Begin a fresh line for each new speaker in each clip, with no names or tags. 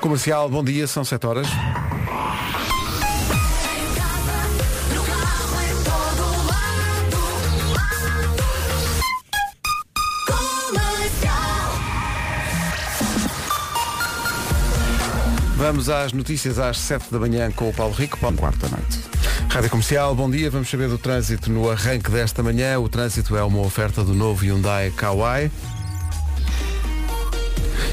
Comercial, bom dia, são 7 horas. Vamos às notícias às 7 da manhã com o Paulo Rico. Paulo...
Quarto da noite.
Rádio Comercial, bom dia. Vamos saber do trânsito no arranque desta manhã. O trânsito é uma oferta do novo Hyundai Kauai.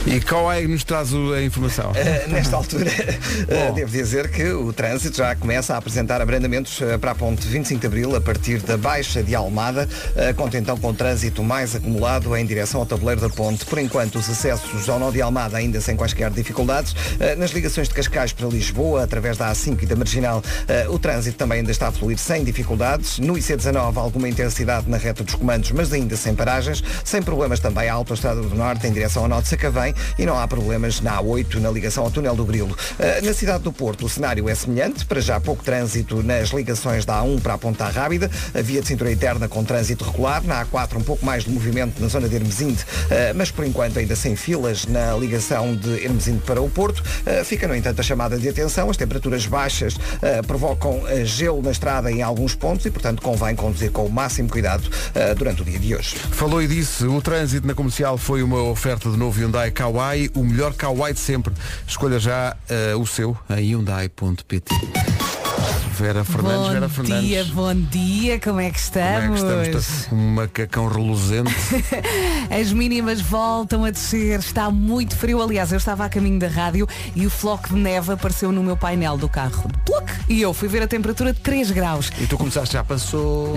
E Kauai nos traz o- a informação.
Eh, nesta altura, eh,
Bom.
devo dizer que o trânsito já começa a apresentar abrandamentos eh, para a ponte 25 de Abril a partir da Baixa de Almada, eh, conta então com trânsito mais acumulado em direção ao tabuleiro da ponte. Por enquanto, os acessos ao nó de Almada ainda sem quaisquer dificuldades. Eh, Nas ligações de Cascais para Lisboa, através da A5 e da Marginal, eh, o trânsito também ainda está a fluir sem dificuldades. No IC19, alguma intensidade na reta dos comandos, mas ainda sem paragens. Sem problemas também a Autostrada do Norte em direção ao Norte Sacavém e não há problemas na A8 na ligação ao Túnel do Grilo. Eh, Na cidade do Porto, o cenário é semelhante. Para já pouco trânsito nas ligações da A1 para a Ponta Rábida, a via de cintura interna com trânsito regular. Na A4, um pouco mais de movimento na zona de Hermesinde, eh, mas por enquanto ainda sem filas na ligação de Hermesinde para o Porto. Eh, Fica, no entanto, a chamada de atenção. As temperaturas baixas eh, provocam eh, gelo na estrada em alguns pontos e, portanto, convém conduzir com o máximo cuidado eh, durante o dia de hoje.
Falou e disse, o trânsito na comercial foi uma oferta do novo Hyundai Kauai, o melhor Kauai de sempre. Escolha já eh, o seu em Hyundai.pt. Vera Fernandes,
bom
Vera Fernandes.
dia, bom dia, como é que
Como é
estamos?
que estamos? Tá- Um macacão reluzente.
As mínimas voltam a descer, está muito frio. Aliás, eu estava a caminho da rádio e o floco de neve apareceu no meu painel do carro. Pluc! E eu fui ver a temperatura de 3 graus.
e tu começaste, já passou.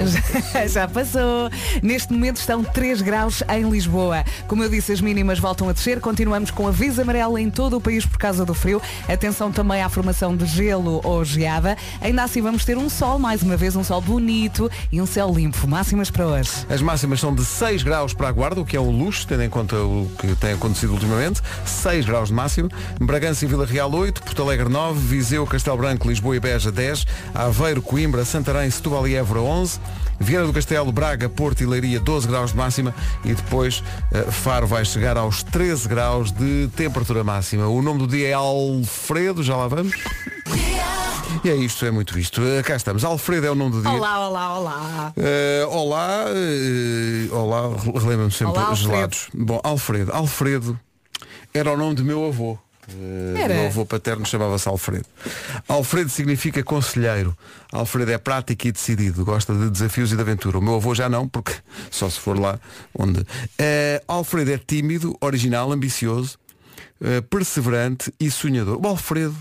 Já, já passou. Neste momento estão 3 graus em Lisboa. Como eu disse, as mínimas voltam a descer. Continuamos com aviso amarelo em todo o país por causa do frio. Atenção também à formação de gelo ou geada. Ainda assim vamos ter um sol, mais uma vez, um sol bonito e um céu limpo. Máximas para hoje.
As máximas são de 6 graus para a Guarda, o que é um luxo, tendo em conta o que tem acontecido ultimamente. 6 graus de máximo. Bragança e Vila Real 8, Porto Alegre 9, Viseu, Castelo Branco, Lisboa e Beja 10, Aveiro, Coimbra, Santarém, Setúbal e Évora 11, Vieira do Castelo, Braga, Porto e Leiria 12 graus de máxima e depois eh, Faro vai chegar aos 13 graus de temperatura máxima. O nome do dia é Alfredo, já lá vamos. E é isto, é muito isto. Eh, cá estamos. Alfredo é o nome do dia.
Olá, olá, olá.
Eh, olá, eh, olá, relembro-me sempre
Olá, Alfredo.
gelados. Bom, Alfredo, Alfredo era o nome do meu avô. Eh,
Era?
Meu avô paterno chamava-se Alfredo. Alfredo significa conselheiro. Alfredo é prático e decidido, gosta de desafios e de aventura. O meu avô já não, porque só se for lá onde. Eh, Alfredo é tímido, original, ambicioso, eh, perseverante e sonhador. O Alfredo.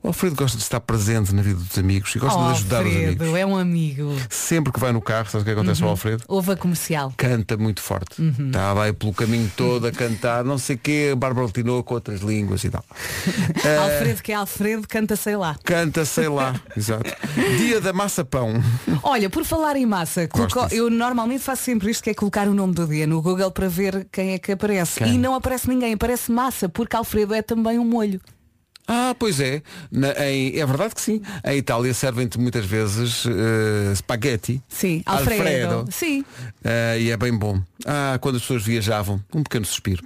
O Alfredo gosta de estar presente na vida dos amigos e gosta
Oh,
de ajudar os amigos
Alfredo, é um amigo.
sempre que vai no carro, sabes o que acontece ao Alfredo?
Ouve a comercial.
Canta muito forte. Tá, vai pelo caminho todo a cantar, não sei o quê, Bárbara Letinou com outras línguas e tal. Eh,
Alfredo que é Alfredo, canta sei lá.
Canta, sei lá. Exato. Dia da massa pão.
Olha, por falar em massa,
Gosto
coloco-
disso.
eu normalmente faço sempre isto, que é colocar o nome do dia no Google para ver quem é que aparece.
Quem?
E não aparece ninguém, aparece massa, porque Alfredo é também um molho.
Ah, pois é. Na- em- é verdade que sim. Em Itália servem-te muitas vezes eh, spaghetti.
Sim, Alfredo.
Alfredo.
Sim.
Eh, e é bem bom. Ah, quando as pessoas viajavam, um pequeno suspiro.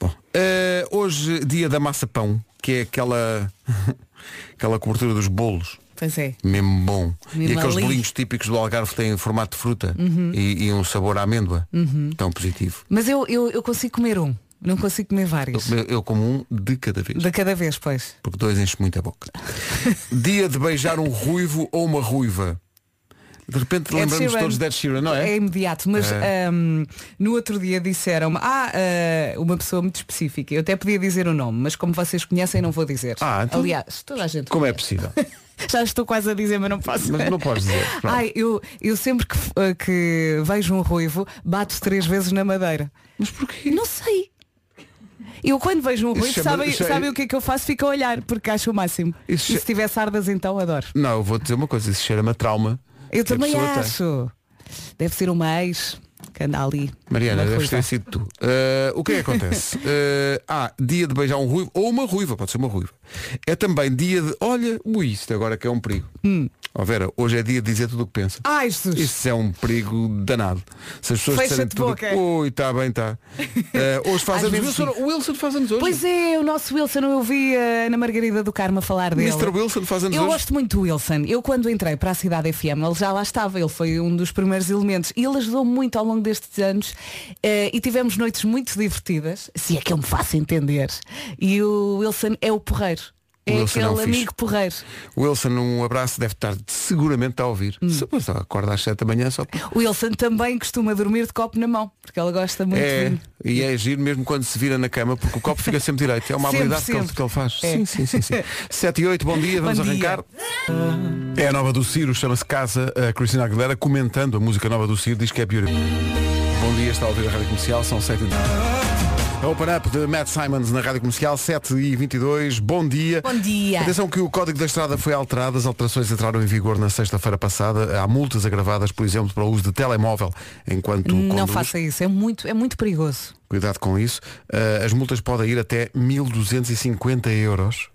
Bom, eh, hoje, dia da massa pão, que é aquela, aquela cobertura dos bolos.
Pois é.
Mesmo bom.
Mesmo
e aqueles
ali. Uhum.
bolinhos típicos do Algarve têm formato de fruta e, e um sabor à amêndoa. Tão positivo.
Mas eu, eu, eu consigo comer um, não consigo comer
Eu,
vários.
eu como um de cada vez,
De cada vez, pois.
porque dois enche muito a boca. Dia de beijar um ruivo ou uma ruiva. De repente
Ed
lembramos
Sheeran.
todos de Ed Sheeran, não é?
imediato, mas
É.
ahm, no outro dia disseram-me, ah, ah, uma pessoa muito específica, eu até podia dizer o nome, mas como vocês conhecem não vou dizer.
Ah, então-
Aliás, toda a gente.
Como é possível?
Já estou quase a dizer, mas não posso.
Mas não podes dizer. Pronto.
Ai, eu, eu sempre que, f- eh, que vejo um ruivo, bato três vezes na madeira.
Mas porquê?
Não sei. Eu quando vejo um ruivo,
chama-
sabem,
isso é-
sabem o que é que eu faço? Fico a olhar, porque acho o máximo.
Isso
e
che-
se tivesse ardas então, adoro.
Não, eu vou dizer uma coisa, isso cheira-me a trauma.
Eu
que a
também
pessoa tem.
acho. Deve ser uma ex que anda ali.
Mariana,
Uma
deves
ruiva.
ter sido tu. Eh, o que é que acontece? Eh, ah, dia de beijar um
Hum.
ruivo, ou uma ruiva, pode ser uma ruiva. É também dia de, olha, ui, isto agora que é um perigo. Ó Vera, hoje é dia de dizer tudo o que pensa.
Ai, Jesus.
Isso é um perigo danado. Se as pessoas disserem
Fecha-te
tudo,
boca. é?
Ui, está bem, está. Eh, hoje faz
Às
anos.
vezes
Wilson- O Wilson faz anos hoje.
Pois é, o nosso Wilson, eu ouvi a Ana Margarida do Carmo a falar dele.
Mr. Wilson faz anos
é, Eu
hoje.
gosto muito do Wilson. Eu quando entrei para a Cidade FM, ele já lá estava, ele foi um dos primeiros elementos e ele ajudou muito ao longo destes anos eh, e tivemos noites muito divertidas, se é que eu me faço entender. E o Wilson é o porreiro.
O
É
Wilson é
aquele
um fixe.
amigo porreiro.
Wilson, um abraço, deve estar seguramente a ouvir.
Hum.
Se mas acorda às 7 da manhã só.
O Wilson também costuma dormir de copo na mão, porque ele gosta muito de
É,
vinho.
e é giro mesmo quando se vira na cama, porque o copo fica sempre direito. É uma
Sempre,
habilidade que ele-
sempre.
que ele faz.
É.
Sim, sim, sim, sim. 7 e 8, bom dia, vamos
Bom dia.
arrancar. É a nova do Ciro, chama-se Casa. A Cristina Aguilera, comentando a música nova do Ciro, diz que é beautiful. Bom dia, está a ouvir a Rádio Comercial, são 7 e A Open Up de Matt Simons na Rádio Comercial, 7 e 22 Bom dia.
Bom dia.
Atenção que o Código da Estrada foi alterado. As alterações entraram em vigor na sexta-feira passada. Há multas agravadas, por exemplo, para o uso de telemóvel enquanto
Não
conduz.
faça isso, é muito, é muito perigoso.
Cuidado com isso. Uh, as multas podem ir até 1.250 euros.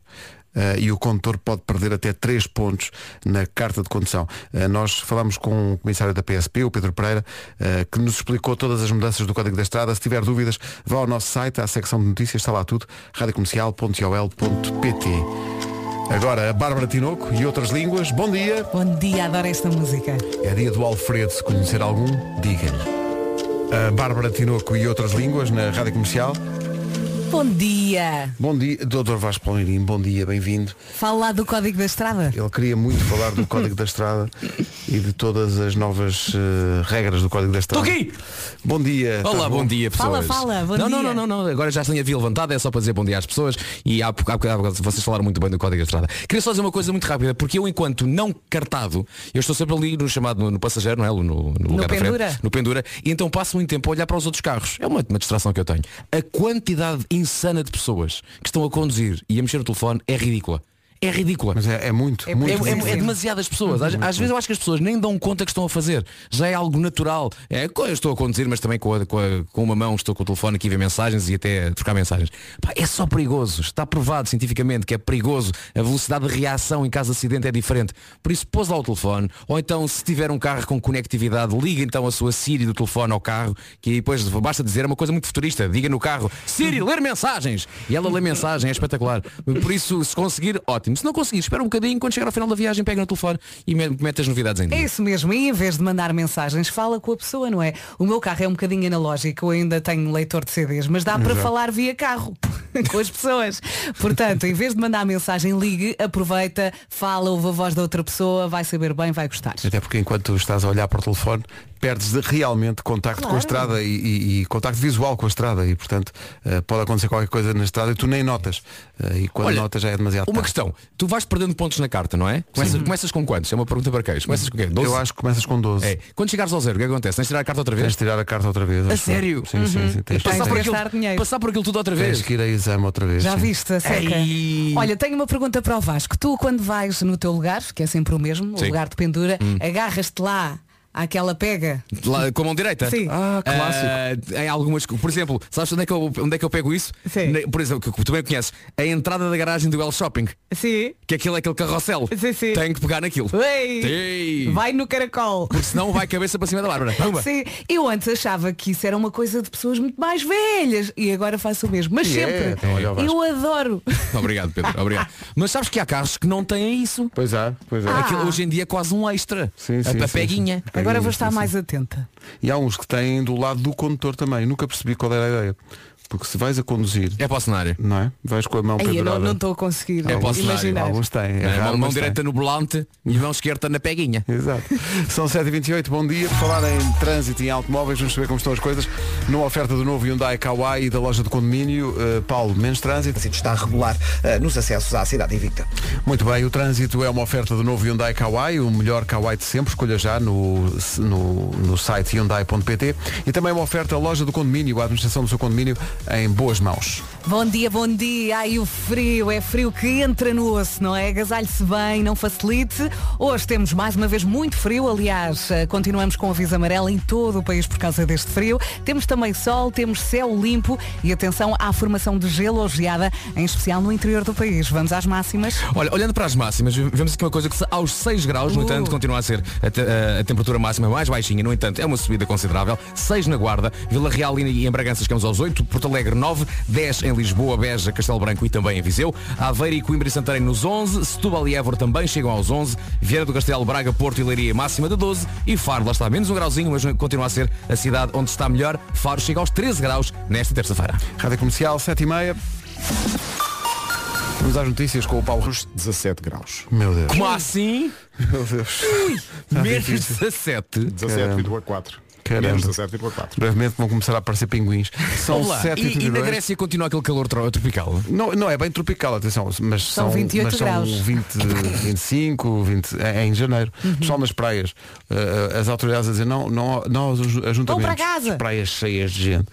uh, e o condutor pode perder até 3 pontos na carta de condução. Uh, nós falámos com o comissário da PSP, o Pedro Pereira, uh, que nos explicou todas as mudanças do Código da Estrada. Se tiver dúvidas, vá ao nosso site, à secção de notícias, está lá tudo, radiocomercial.ol.pt. Agora, a Bárbara Tinoco e outras línguas. Bom dia!
Bom dia, adoro esta música.
É dia do Alfredo, se conhecer algum, diga-lhe. A Bárbara Tinoco e outras línguas na Rádio Comercial.
Bom dia.
Bom dia, Dr. Vasco Palmeirinho, bom dia, bem-vindo.
Fala lá do código da estrada.
Ele queria muito falar do Código da Estrada e de todas as novas eh, regras do Código da Estrada.
Tô aqui!
Bom dia.
Olá,
tá
bom dia pessoas.
Fala, fala, bom
não,
dia.
Não, não, não, não, agora já se linha havia levantado, é só para dizer bom dia às pessoas e há pouco há bocado vocês falaram muito bem do Código da Estrada. Queria só dizer uma coisa muito rápida, porque eu enquanto não cartado, eu estou sempre ali no chamado, no passageiro, não é? No, no, lugar da
pendura.
frente, no pendura, e então passo muito tempo a olhar para os outros carros. É uma, uma distração que eu tenho. A quantidade insana de pessoas que estão a conduzir e a mexer no telefone é ridícula. É ridícula.
Mas é, é muito,
É-
muito.
É, é-
muito.
é demasiadas pessoas. Às, às vezes eu acho que as pessoas nem dão conta que estão a fazer. Já é algo natural. É, co- eu estou a conduzir, mas também com, a- com a- com uma mão estou com o telefone aqui a ver mensagens e até a trocar mensagens. Pá, é só perigoso. Está provado cientificamente que é perigoso. A velocidade de reação em caso de acidente é diferente. Por isso, pôs lá o telefone. Ou então, se tiver um carro com conectividade, liga então a sua Siri do telefone ao carro, que depois basta dizer, é uma coisa muito futurista. Diga no carro, Siri, ler mensagens. E ela lê mensagem, é espetacular. Por isso, se conseguir, ótimo. Se não conseguir, espera um bocadinho, quando chegar ao final da viagem, pega no telefone e me- mete as novidades em
É
dia.
isso mesmo, e em vez de mandar mensagens, fala com a pessoa, não é? O meu carro é um bocadinho analógico, eu ainda tenho leitor de CDs, mas dá para falar via carro com as pessoas. Portanto, em vez de mandar mensagem, ligue, aproveita, fala, ouve a voz da outra pessoa, vai saber bem, vai gostar.
Até porque enquanto estás a olhar para o telefone, perdes de- realmente contacto com a estrada e, e- e contacto visual com a estrada. E, portanto, eh, pode acontecer qualquer coisa na estrada e tu nem notas. Eh, e quando
Olha,
notas já é demasiado
Uma
tarde.
questão, tu vais perdendo pontos na carta, não é? Começas, começas com quantos? É uma pergunta para queijo. Começas com quê? 12?
Eu acho que começas com 12.
É. Quando chegares ao zero, o que acontece? Tens de tirar a carta outra
Tens
vez?
de tirar a carta outra vez. acho
A
eu.
sério?
Sim, sim, sim. Tens de
Tens
Passar
de
por,
gastar
aquilo,
dinheiro.
passar por aquilo tudo outra vez?
Tens que ir a exame outra vez.
Já
sim.
viste a seca?
Ei.
Olha, tenho uma pergunta para o Vasco. Tu, quando vais no teu lugar, que é sempre o mesmo, o
Sim.
lugar de pendura, agarras-te lá àquela pega.
Lá, com a mão direita?
Sim.
Ah, clássico.
Ah, em algumas, co- por exemplo, sabes onde é que eu, onde é que eu pego isso?
Sim.
Na- por exemplo, que tu bem conheces, a entrada da garagem do El Shopping,
Sim.
que aquilo é aquele carrossel.
Sim, sim.
Tenho que pegar naquilo.
Ei.
Sim.
Vai no caracol.
Porque senão vai cabeça para cima da Bárbara. Pumba.
Sim, eu antes achava que isso era uma coisa de pessoas muito mais velhas e agora faço o mesmo, mas
E é,
sempre.
então, olha o Vasco.
eu adoro.
Obrigado, Pedro. Obrigado. Mas sabes que há carros que não têm isso.
Pois é, pois é.
Ah.
Aquilo hoje em dia é quase um extra.
Sim,
a,
sim,
a
sim,
peguinha.
sim.
Agora
Sim,
vou
sim,
estar
É sim.
mais atenta.
E há uns que têm do lado do condutor também. Nunca percebi qual era a ideia. Porque se vais a conduzir,
É para o cenário.
não é? Vais com a mão
Aí eu não
pendurada.
não estou a conseguir
É para o cenário.
imaginar.
Alguns têm. É
É,
raro,
mão, mão
mas têm.
direita no volante e mão esquerda na peguinha.
Exato. São 7h28, bom dia. Por falar em trânsito e em automóveis, vamos saber como estão as coisas. Numa oferta do novo Hyundai Kauai e da loja de condomínio, eh, Paulo, menos trânsito.
trânsito está regular eh, nos acessos à cidade invicta.
Muito bem, o trânsito é uma oferta do novo Hyundai Kauai, o melhor Kauai de sempre, escolha já no, no, no site hyundai.pt e também uma oferta à loja do condomínio, a administração do seu condomínio em boas mãos.
Bom dia, bom dia. Ai, o frio, é frio que entra no osso, não é? Agasalhe-se bem, não facilite. Hoje temos mais uma vez muito frio, aliás, eh, continuamos com o aviso amarelo em todo o país por causa deste frio. Temos também sol, temos céu limpo e atenção à formação de gelo ou geada, em especial no interior do país. Vamos às máximas.
Olha, olhando para as máximas, vemos aqui uma coisa que se- aos 6 graus, no
Uh.
entanto, continua a ser a, te- a- a temperatura máxima mais baixinha, no entanto, é uma subida considerável. 6 na Guarda, Vila Real e em Bragança chegamos aos 8, Porto Alegre 9, 10 em Lisboa, Beja, Castelo Branco e também em Viseu, Aveiro e Coimbra e Santarém nos 11, Setúbal e Évora também chegam aos 11, Vieira do Castelo, Braga, Porto e Leiria máxima de 12 e Faro, lá está menos um grauzinho, mas continua a ser a cidade onde está melhor. Faro chega aos 13 graus nesta terça-feira.
Rádio Comercial, 7 e meia. Vamos às notícias com o Paulo Rusto.
17 graus.
Meu Deus.
Como assim?
Meu Deus.
Menos
Tá difícil.
17.
17,4.
Caramba.
Menos 17,4.
Brevemente vão começar a aparecer pinguins. São
Olá.
7 e
E, e na
32.
Grécia continua aquele calor tro- tropical.
Não, não é bem tropical, atenção, mas são,
São 28
mas são
graus.
20, 25, 20, é em janeiro.
Uhum.
Só nas praias. eh, as autoridades a dizer não, não, não aos ajuntamentos.
para casa.
as Praias cheias de gente.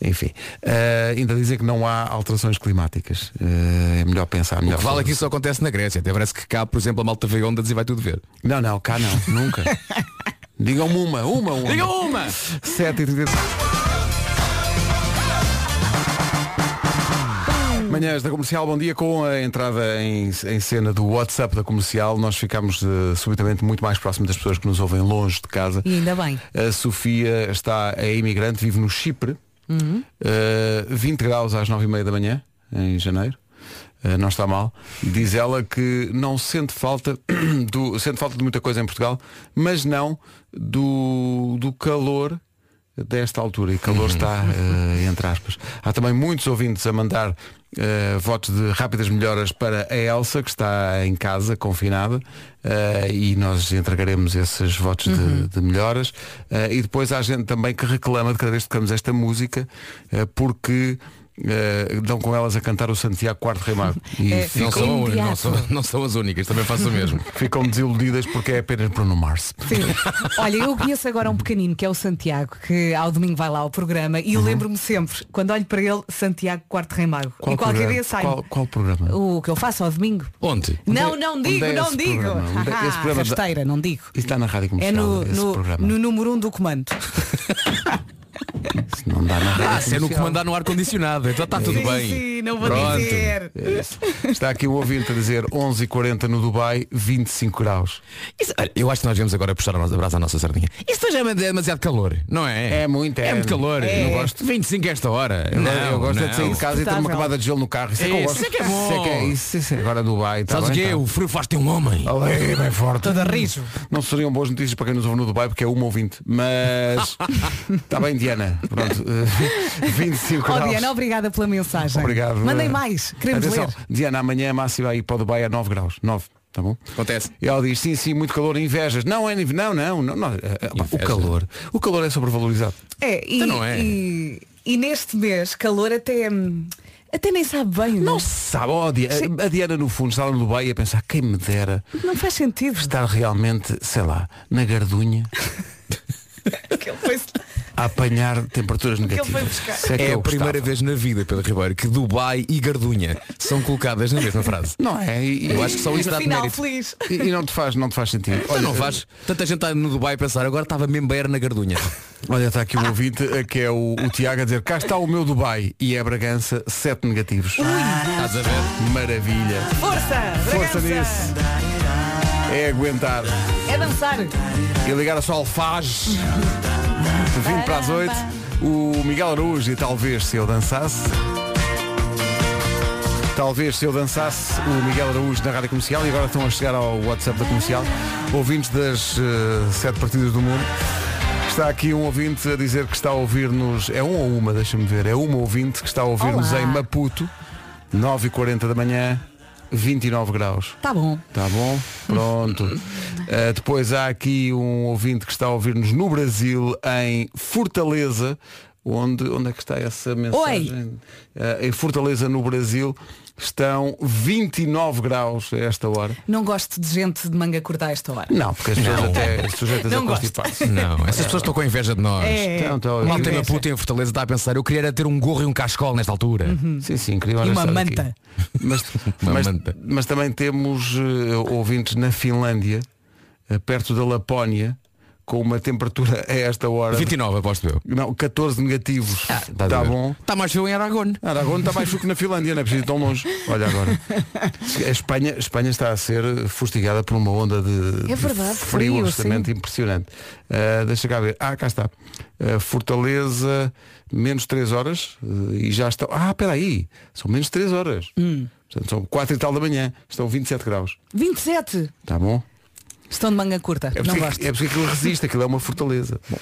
Enfim. eh, ainda dizem que não há alterações climáticas. Eh, é melhor pensar.
O
Melhor
que vale é
fazer.
que isso acontece na Grécia. Até parece que cá, por exemplo, a malta veio ondas e vai tudo ver.
Não, não, cá não, nunca. Digam-me uma, uma, uma.
Diga uma!
7 e 35 Manhãs da Comercial, bom dia. Com a entrada em, em cena do WhatsApp da Comercial, nós ficamos eh, subitamente muito mais próximo das pessoas que nos ouvem longe de casa.
E ainda bem.
A Sofia está, é imigrante, vive no Chipre. Eh, 20 graus às 9h30 da manhã, em janeiro. Eh, não está mal. Diz ela que não sente falta do, sente falta de muita coisa em Portugal, mas não do, do calor desta altura. E calor está eh, entre aspas. Há também muitos ouvintes a mandar eh, votos de rápidas melhoras para a Elsa, que está em casa, confinada, eh, e nós entregaremos esses votos de-
Uhum.
de, melhoras. Eh, e depois há gente também que reclama de cada vez que tocamos esta música, eh, porque eh, dão com elas a cantar o Santiago Quarto Rei Mago. E
É,
Não
ficam,
são,
Imediato.
não, são, não são as únicas, também faço o mesmo.
ficam desiludidas porque é apenas Bruno Mars.
Sim. Olha, eu conheço agora um pequenino que é o Santiago, que ao domingo vai lá ao programa e
Uhum.
lembro-me sempre, quando olho para ele, Santiago Quarto Rei Mago. e qualquer
programa?
dia sai
Qual, qual programa?
o que eu faço ao domingo.
Onde?
não,
é-
não
onde
digo,
é
não
esse
digo.
programa? Onde é que esse
Ah,
programa dá-
rasteira, não digo.
Isso está na rádio
É
comercial.
no,
esse
no,
programa.
no número um do comando.
Isso não dá na rádio
Ah, se é no
comercial.
comandar no ar-condicionado, então está tudo
Sim,
bem.
sim, não vou
Pronto.
dizer.
É Está aqui o ouvinte a dizer 11h40 no Dubai, 25 graus.
Isso- olha, eu acho que nós vemos agora puxar a nossa, abraço à nossa sardinha. Isso depois é demasiado calor, não é?
É muito, é.
É muito calor.
É.
Eu não gosto de 25 a esta hora. Não,
eu gosto é
não.
de sair de casa e ter uma
Insuportável.
camada de gelo no carro. Isso é que eu
Isso
gosto.
é que é bom.
Isso é que é- isso- isso é- Agora Dubai. Tá
Sabes o
bem,
que é?
tá.
O frio faz-te um homem.
Ali, bem forte.
Toda rijo.
Não seriam boas notícias para quem nos ouve no Dubai, porque é uma ouvinte. Mas. Está bem, Diana. Pronto. eh, 25
Ó
graus.
Oh, Diana, obrigada pela mensagem.
Obrigado. eh,
Mandem mais, queremos
Atenção,
ler.
Diana, amanhã a máxima aí para o Dubai é 9 graus. 9, tá bom?
Acontece.
E ela diz, sim, sim, muito calor, invejas. Não, é nível- não, não, não, não. eh, eh, pá, o
Inveja.
calor. O calor é sobrevalorizado.
É, e,
Então não é.
e, e neste mês, calor até, hum, até nem sabe bem. é?
Não se sabe, ó, a Di-
Sim.
a Diana no fundo está lá no Dubai a pensar, quem me dera
Não faz sentido.
estar realmente, sei lá, na gardunha
que ele foi-
a apanhar temperaturas
foi
negativas.
buscar.
Se que
É
eu
a primeira
gostava.
vez na vida, Pedro Ribeiro, que Dubai e Gardunha são colocadas na mesma frase.
Não é? E,
Eu acho que só isso dá de
Final
mérito.
feliz.
e, e não te faz, não te faz sentido.
Olha, Então não faz. Tanta gente está no Dubai a pensar, agora estava mesmo bem era na Gardunha.
Olha, está aqui um ouvinte eh, que é o, o Tiago a dizer, cá está o meu Dubai e é Bragança, 7 negativos.
Estás a ver?
Maravilha.
Força!
Força
Bragança!
nisso. É aguentar.
É dançar!
E ligar a sua alfaz. 20 para as 8. O Miguel Araújo e talvez se eu dançasse. Talvez se eu dançasse o Miguel Araújo na Rádio Comercial e agora estão a chegar ao WhatsApp da Comercial, ouvintes das eh, sete partidas do mundo. Está aqui um ouvinte a dizer que está a ouvir-nos, é um ou uma, deixa-me ver, é uma ouvinte que está a ouvir-nos
Olá.
em Maputo, 9h40 da manhã, 29 graus.
Tá bom.
Tá bom? Pronto. Uh, depois há aqui um ouvinte que está a ouvir-nos no Brasil, em Fortaleza. Onde, onde é que está essa mensagem? Eh, em Fortaleza, no Brasil, estão 29 graus a esta hora.
Não gosto de gente de manga curta a esta hora.
Não, porque as pessoas até sujeitas
Não
a
gosto.
constipar-se.
Não, essas pessoas estão com inveja de nós.
É.
Então, então,
Malta
eu-
na puta em Fortaleza está a pensar, eu queria era ter um gorro e um cascol nesta altura.
Sim, sim, queria
E uma
estar
manta.
aqui. Mas,
Uma
mas,
manta.
mas também temos eh, ouvintes na Finlândia, eh, perto da Lapónia, com uma temperatura a esta hora.
29, aposto eu.
Não, 14 negativos.
a
Está
ver.
bom. Ah,
Está mais frio em Aragón.
Aragão está mais frio que na Finlândia, não é preciso ir tão longe. Olha agora. A Espanha, a Espanha está a ser fustigada por uma onda de, de
É verdade,
frio,
frio,
absolutamente impressionante. Ah, deixa cá ver. Ah, cá está. Ah, Fortaleza, menos 3 horas eh, e já estão. Ah, espera aí. São menos 3 horas.
Hum.
Portanto, são 4 e tal da manhã. Estão 27 graus.
27.
Está bom?
Estão de manga curta.
É
não
porque,
gosto.
é porque aquilo resiste, aquilo é uma fortaleza. Bom,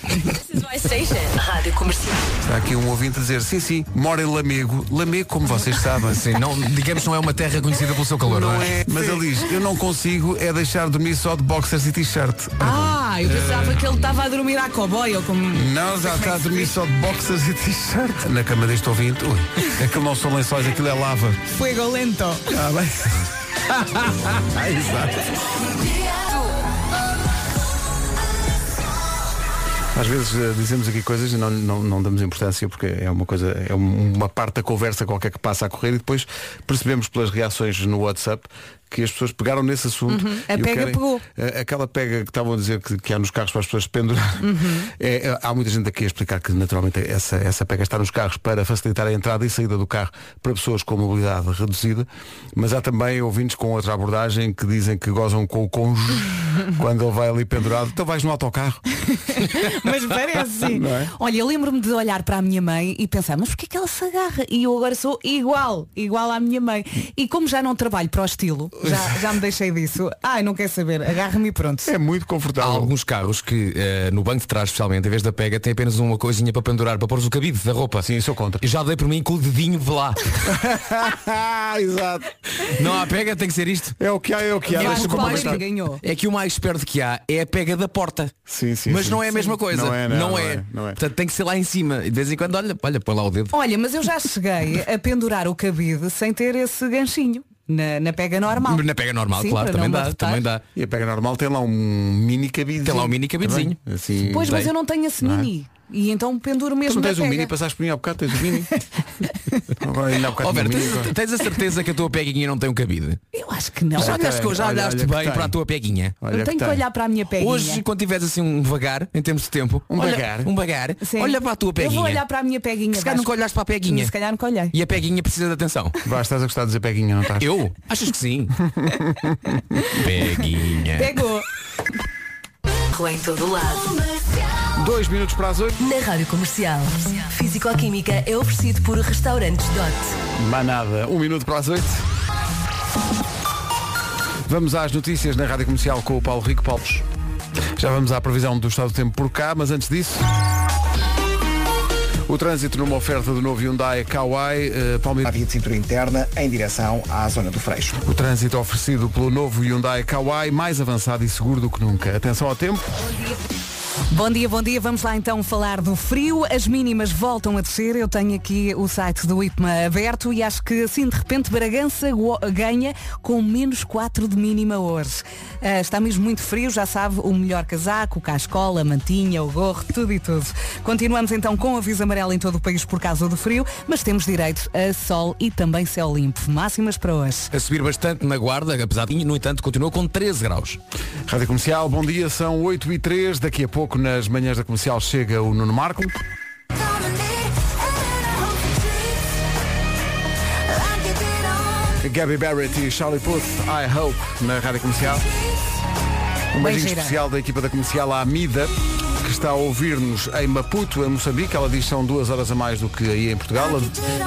Rádio Comercial.
está aqui um ouvinte a dizer, sim, sim, mora em Lamego. Lamego, como vocês sabem.
Sim, não, digamos que não é uma terra conhecida pelo seu calor, não,
Não é, mas ele diz, eu não consigo é deixar dormir só de boxers e t-shirt.
Ah, eu pensava que ele estava a dormir à cowboy ou como. é
Não, já está a dormir só de boxers e t-shirt. Na cama deste ouvinte, ui, aquilo não são lençóis, aquilo é lava.
Fuego lento.
Ah, bem. Ah, exato. Às vezes eh, dizemos aqui coisas e não, não, não damos importância porque é uma coisa, é um- uma parte da conversa qualquer que passa a correr e depois percebemos pelas reações no WhatsApp que as pessoas pegaram nesse assunto.
Uhum. A
e o
pega pegou.
a- Aquela pega que estavam a dizer que, que há nos carros para as pessoas pendurar.
Uhum.
É, é, há muita gente aqui a explicar que naturalmente essa, essa pega está nos carros para facilitar a entrada e saída do carro para pessoas com mobilidade reduzida, mas há também ouvintes com outra abordagem que dizem que gozam com o cônjuge quando ele vai ali pendurado. Então vais no autocarro.
Mas parece.
Não é?
Olha, eu lembro-me de olhar para a minha mãe e pensar, mas porquê que ela se agarra? E eu agora sou igual, igual à minha mãe. E como já não trabalho para o estilo, já, já me deixei disso. Ai, não quer saber, agarre-me e pronto.
É muito
Há
confortável.
alguns carros que eh, no banco de trás, especialmente, em vez da pega, tem apenas uma coisinha para pendurar, para pôr o cabide da roupa.
Sim, sou contra.
Eu já dei por mim com o dedinho de lá.
Exato.
não há pega, tem que ser isto.
É o que há, é o que há.
Vai,
Deixa-me
qual é
comentar.
que ganhou?
É que o mais perto que há é a pega da porta.
Sim, sim,
Mas
sim.
não é a mesma
Sim.
coisa.
Não é, não, não é, não é.
Portanto, tem que ser lá em cima. E de vez em quando, olha, olha, põe lá o dedo.
Olha, mas eu já cheguei a pendurar o cabide sem ter esse ganchinho na, na pega normal.
Na pega normal,
Sim,
claro,
para
também
não
dá,
abarrotar.
também dá.
E a pega normal tem lá um mini cabidezinho.
Tem lá um mini cabidezinho.
Tá bem? Assim,
Pois, mas
Tem.
eu não tenho esse
Não é?
mini. E então penduro
Tu
mesmo
não
na
tens
pega.
um mini, passaste por mim há bocado, tens um mini. Agora ainda há bocado
Ó, Vera,
tinha um
tens,
mini, agora-
tens a certeza que a tua peguinha não tem um cabide?
Eu acho que não.
Já
tem,
olhaste, co- já
olha,
olhaste
olha que
bem
tem.
para a tua peguinha?
Olha tá.
eu tenho que
tem.
olhar para a minha peguinha.
Hoje, quando tiveres assim um vagar, em termos de tempo,
Um
olha,
vagar?
um vagar
Sim.
olha para a tua
Eu
peguinha.
vou olhar para a minha peguinha.
Se calhar
Vasco.
nunca olhaste para a peguinha.
Se calhar nunca olhei.
E a peguinha precisa de atenção.
Vá, estás a gostar de dizer peguinha, não estás?
Eu? Achas que sim? peguinha.
Pegou.
Em todo lado.
Dois minutos para as oito.
Na Rádio Comercial. Físico-Química é oferecido por Restaurantes Dot.
Manada, um minuto para as oito. Vamos às notícias na Rádio Comercial com o Paulo Rico Palpes. Já vamos à previsão do estado do tempo por cá, mas antes disso... O trânsito numa oferta do novo Hyundai Kauai, eh, Palmeira.
A via de cintura interna em direção à zona do Freixo.
O trânsito oferecido pelo novo Hyundai Kauai, mais avançado e seguro do que nunca. Atenção ao tempo.
Bom dia, bom dia. Vamos lá então falar do frio. As mínimas voltam a descer. Eu tenho aqui o site do IPMA aberto e acho que assim de repente Bragança go- ganha com menos 4 de mínima hoje. Ah, está mesmo muito frio, já sabe, o melhor casaco, o cascola, a mantinha, o gorro, tudo e tudo. Continuamos então com aviso amarelo em todo o país por causa do frio, mas temos direito a sol e também céu limpo. Máximas para hoje.
A subir bastante na guarda, apesar de, no entanto, continua com 13 graus.
Rádio Comercial, bom dia, são 8 e 3 Daqui a pouco, nas manhãs da comercial, chega o Nuno Marco. Gabby Barrett e Charlie Puth, I Hope, na Rádio Comercial. Um
Bem
beijinho
gira.
especial da equipa da comercial à Amida, que está a ouvir-nos em Maputo, em Moçambique. Ela diz que são duas horas a mais do que aí em Portugal. Ela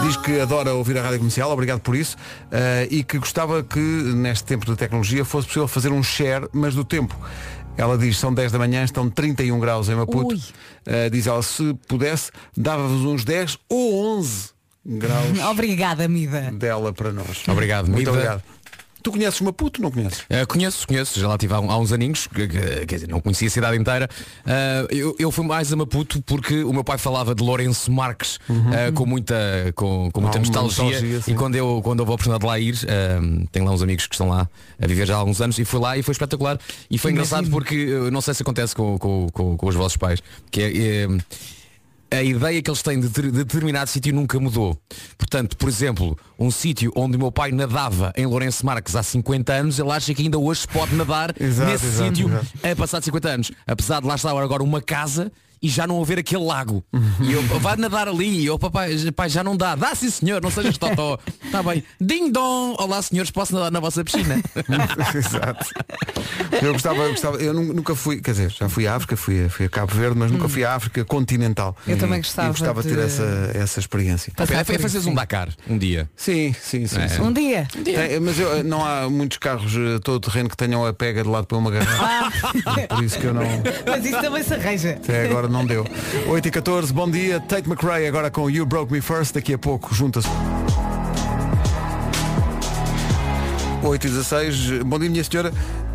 diz que adora ouvir a Rádio Comercial, obrigado por isso. eh, e que gostava que, neste tempo de tecnologia, fosse possível fazer um share, mas do tempo. Ela diz, são 10 da manhã, estão 31 graus em Maputo.
Ui.
Eh, diz ela, se pudesse, dava-vos uns 10 ou 11 graus
Obrigada, Mida.
dela para nós.
Obrigado,
Muito
Mida.
obrigado. Tu conheces Maputo? Não conheces?
Eh, conheço, conheço, já lá estive há, um- há uns aninhos, que- que- quer dizer, não conhecia a cidade inteira. Ah, eu, eu fui mais a Maputo porque o meu pai falava de Lourenço Marques ah, com muita, com, com muita
Ah, Uhum. uma
nostalgia.
nostalgia, sim.
e quando eu quando houve a oportunidade de lá ir, ah, tenho lá uns amigos que estão lá a viver já há alguns anos e fui lá e foi espetacular. E foi engraçado porque eu não sei se acontece com, com, com- com os vossos pais, que é, é, a ideia que eles têm de, ter- de determinado sítio nunca mudou. Portanto, por exemplo, um sítio onde o meu pai nadava em Lourenço Marques há 50 anos, ele acha que ainda hoje se pode nadar
Exato,
nesse
exato,
sítio
exato.
a passar de 50 anos. Apesar de lá estar agora uma casa e já não haver aquele lago. E eu, vai nadar ali, e eu, papai, já- pai, já não dá. Dá sim senhor, não sejas totó. Está bem. Ding dong, olá senhores, posso nadar na vossa piscina?
Exato. Eu gostava, eu gostava, eu nun- nunca fui, quer dizer, já fui à África, fui a, fui a Cabo Verde, mas nunca fui à África continental.
Eu também
E
gostava
gostava de
de-
ter essa, essa experiência.
Passar
é
por isso,
fazeres um
sim.
Dakar um dia.
Sim, sim, sim. sim.
Um dia.
Tem- mas eu- não há muitos carros eh, todo terreno que tenham a pega de lado para uma garrafa.
Ah.
Por isso que eu não.
Mas isso também se arranja.
Até agora não deu. 8 e 14, bom dia. Tate McRae agora com You Broke Me First. Daqui a pouco junta-se. 8 e 16, bom dia minha senhora.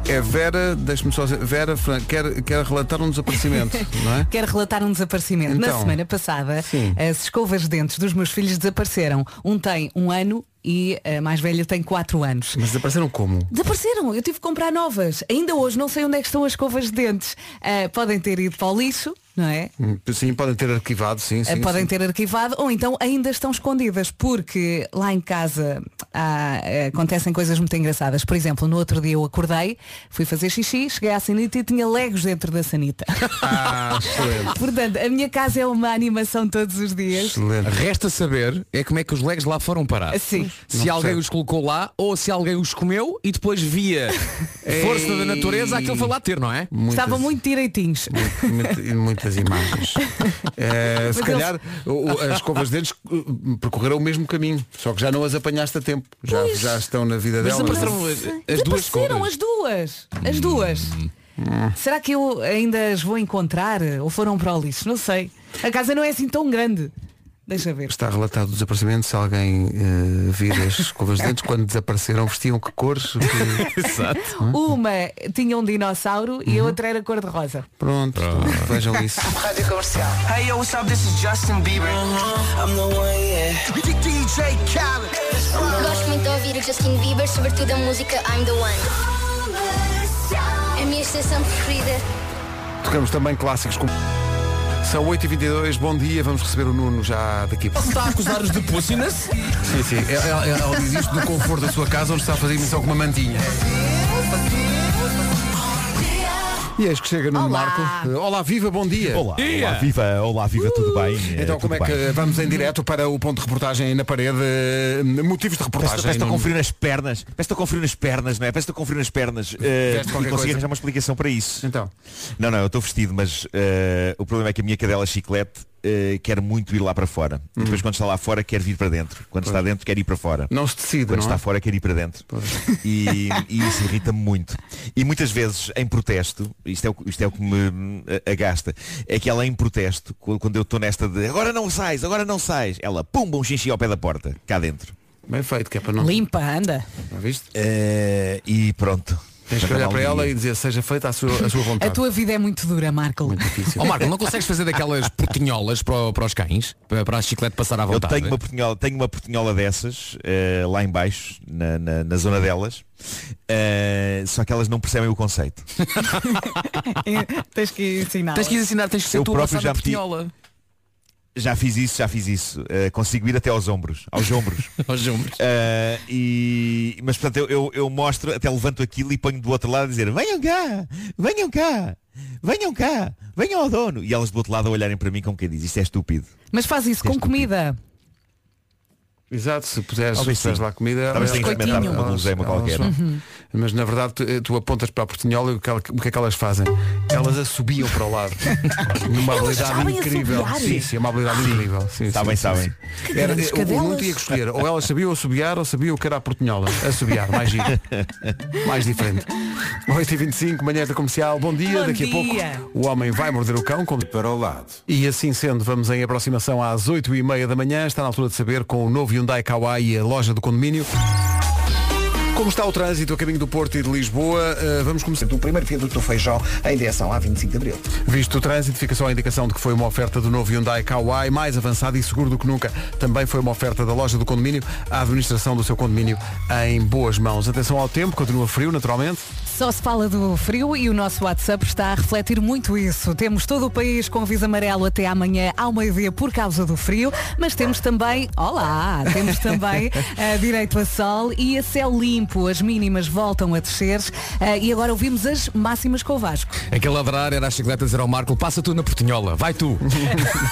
É Vera, deixe-me só dizer, Vera Fran- quer, quer relatar um desaparecimento, não é?
Quero relatar um desaparecimento.
Então.
Na semana passada,
Sim.
as escovas de dentes dos meus filhos desapareceram. Um tem um ano e a mais velha tem quatro anos.
Mas desapareceram como?
Desapareceram, eu tive que comprar novas. Ainda hoje não sei onde é que estão as escovas de dentes. Ah, podem ter ido para o lixo, não é? Ah,
Hum, Sim, podem ter arquivado, sim, sim.
podem
sim.
ter arquivado ou então ainda estão escondidas porque lá em casa há, eh, acontecem coisas muito engraçadas. Por exemplo, no outro dia eu acordei, fui fazer xixi, cheguei à sanita e tinha legos dentro da sanita.
Ah, excelente.
Portanto, a minha casa é uma animação todos os dias.
excelente.
Resta saber é como é que os legs lá foram parar.
Sim.
Se
Não
alguém
percebo.
os colocou lá ou se alguém os comeu e depois via força da natureza aquele foi lá ter, não é?
Estavam muito direitinhos.
Muito- e muitas imagens. Eh, se
Mas
calhar o- o- as escovas de dentes eh, percorreram o mesmo caminho, só que já não as apanhaste a tempo. Já, já estão na vida
Mas
delas.
apareceram as, as duas Hum.
Desapareceram
escovas.
as duas. As duas. Será que eu ainda as vou encontrar ou foram para o lixo? Não sei. A casa não é assim tão grande. Deixa ver.
Está relatado o desaparecimento, se alguém eh, vir as escovas de dentes, quando desapareceram, vestiam que cores? Que-
Exato.
Uma tinha um dinossauro
Uhum.
e a outra era cor-de-rosa.
Pronto, vejam isso.
Hey yo, what's up? This is Justin Bieber. Uh-huh. I'm the one, yeah. DJ Khaled.
Gosto muito de ouvir o Justin Bieber, sobretudo a música I'm the One. É a minha estação preferida.
Tocamos também clássicos como. São 8h22, bom dia, vamos receber o Nuno já daqui.
Está a acusar-nos de pussiness?
Sim, é, sim. Ela, ela- ela diz isto do conforto da sua casa onde está a fazer emissão com uma mantinha. E eis que chega no Marco. Olá, viva, bom dia.
Olá,
Yeah.
olá, viva, olá, viva, tudo bem?
Então
Eh,
como é
tudo
que
bem?
vamos em direto para o ponto de reportagem na parede? eh, Motivos de
Parece
reportagem.
parece que estou a conferir nas pernas, parece que estou a conferir nas pernas, não é? Parece que estou a conferir nas pernas
Veste
eh, e
qualquer
consegui
coisa.
arranjar uma explicação para isso.
Então.
Não, não, eu estou vestido, mas eh, o problema é que a minha cadela chiclete eh, quer muito ir lá para fora.
Uhum.
E depois quando está lá fora quer vir para dentro. Quando está dentro quer ir para fora.
Não se decide,
Quando
não
está
é?
fora quer ir para dentro. E, e isso irrita-me muito. E muitas vezes, em protesto, isto é, o, isto é o que me hum, agasta, é que ela em protesto, qu- quando eu estou nesta de agora não sais, agora não sais, ela pumba um xixi ao pé da porta, cá dentro.
Bem feito, que é para não.
Limpa, anda.
Já viste?
Eh, e pronto.
Tens que
Acaba
olhar
o
para
um dia.
ela e dizer, seja feita a sua, a sua
A
Tá.
vontade.
tua vida é muito dura, Marco.
Difícil.
Ó Marco, não consegues fazer daquelas portinholas para, o- para os cães? Para, para a chiclete passar à
Eu
tá,
vontade?
tenho
né?
uma portinhola, tenho uma portinhola dessas eh, lá em baixo, na, na- na zona delas, eh, só que elas não percebem o conceito.
Tens que ensinar.
Tens que lhes ensinar, tens que ser
Eu
tu a
próprio
passar
já
na
meti-
portinhola.
Já fiz isso, já fiz isso. Eh, consigo ir até aos ombros, aos ombros.
Aos ombros.
Eh, e, mas portanto eu, eu, eu mostro, até levanto aquilo e ponho do outro lado a dizer venham cá, venham cá, venham cá, venham ao dono. E elas do outro lado a olharem para mim como quem diz, isto é estúpido.
Mas faz isso com comida.
Exato, se puseres, se
Talvez
puseres
sim.
lá comida. é
Talvez tenha que
elas-
experimentar
elas-
uma gulosema
elas
qualquer.
vão. um
Uhum.
Mas na verdade tu, eh, tu apontas para a portinhola e o que, ela- o que é que elas fazem? Elas assobiam para o lado. Numa habilidade
sabem
incrível.
assobiar?
Sim, sim, é uma habilidade incrível. Sim, sim,
Sabem,
sim,
sabem.
sim. Era,
grandes
eu, eu não
cadelas.
tinha que escolher. Ou elas sabiam assobiar ou sabiam o que era a portinhola. Assobiar, mais giro. mais diferente. 8h25, manhãs da comercial. Bom dia.
Bom
Daqui a
dia.
pouco o homem vai morder o cão. Como...
Para o lado.
E assim sendo, vamos em aproximação às 8h30 da manhã. Está na altura de saber com o novo Hyundai Kauai e a loja do condomínio. Como está o trânsito a caminho do Porto e de Lisboa, eh, vamos começar.
do primeiro viaduto do Feijó em direção à 25 de Abril.
Visto o trânsito, fica só a indicação de que foi uma oferta do novo Hyundai Kauai, mais avançado e seguro do que nunca. Também foi uma oferta da loja do condomínio, a administração do seu condomínio em boas mãos. Atenção ao tempo, continua frio, naturalmente.
Só se fala do frio e o nosso WhatsApp está a refletir muito isso. Temos todo o país com viso amarelo até amanhã ao meio-dia por causa do frio, mas temos também, olá, temos também eh, direito a sol e a céu limpo. As mínimas voltam a descer eh, e agora ouvimos as máximas com o Vasco.
Aquele ladrar era a chicleta dizer ao Marco, passa tu na portinhola, vai tu.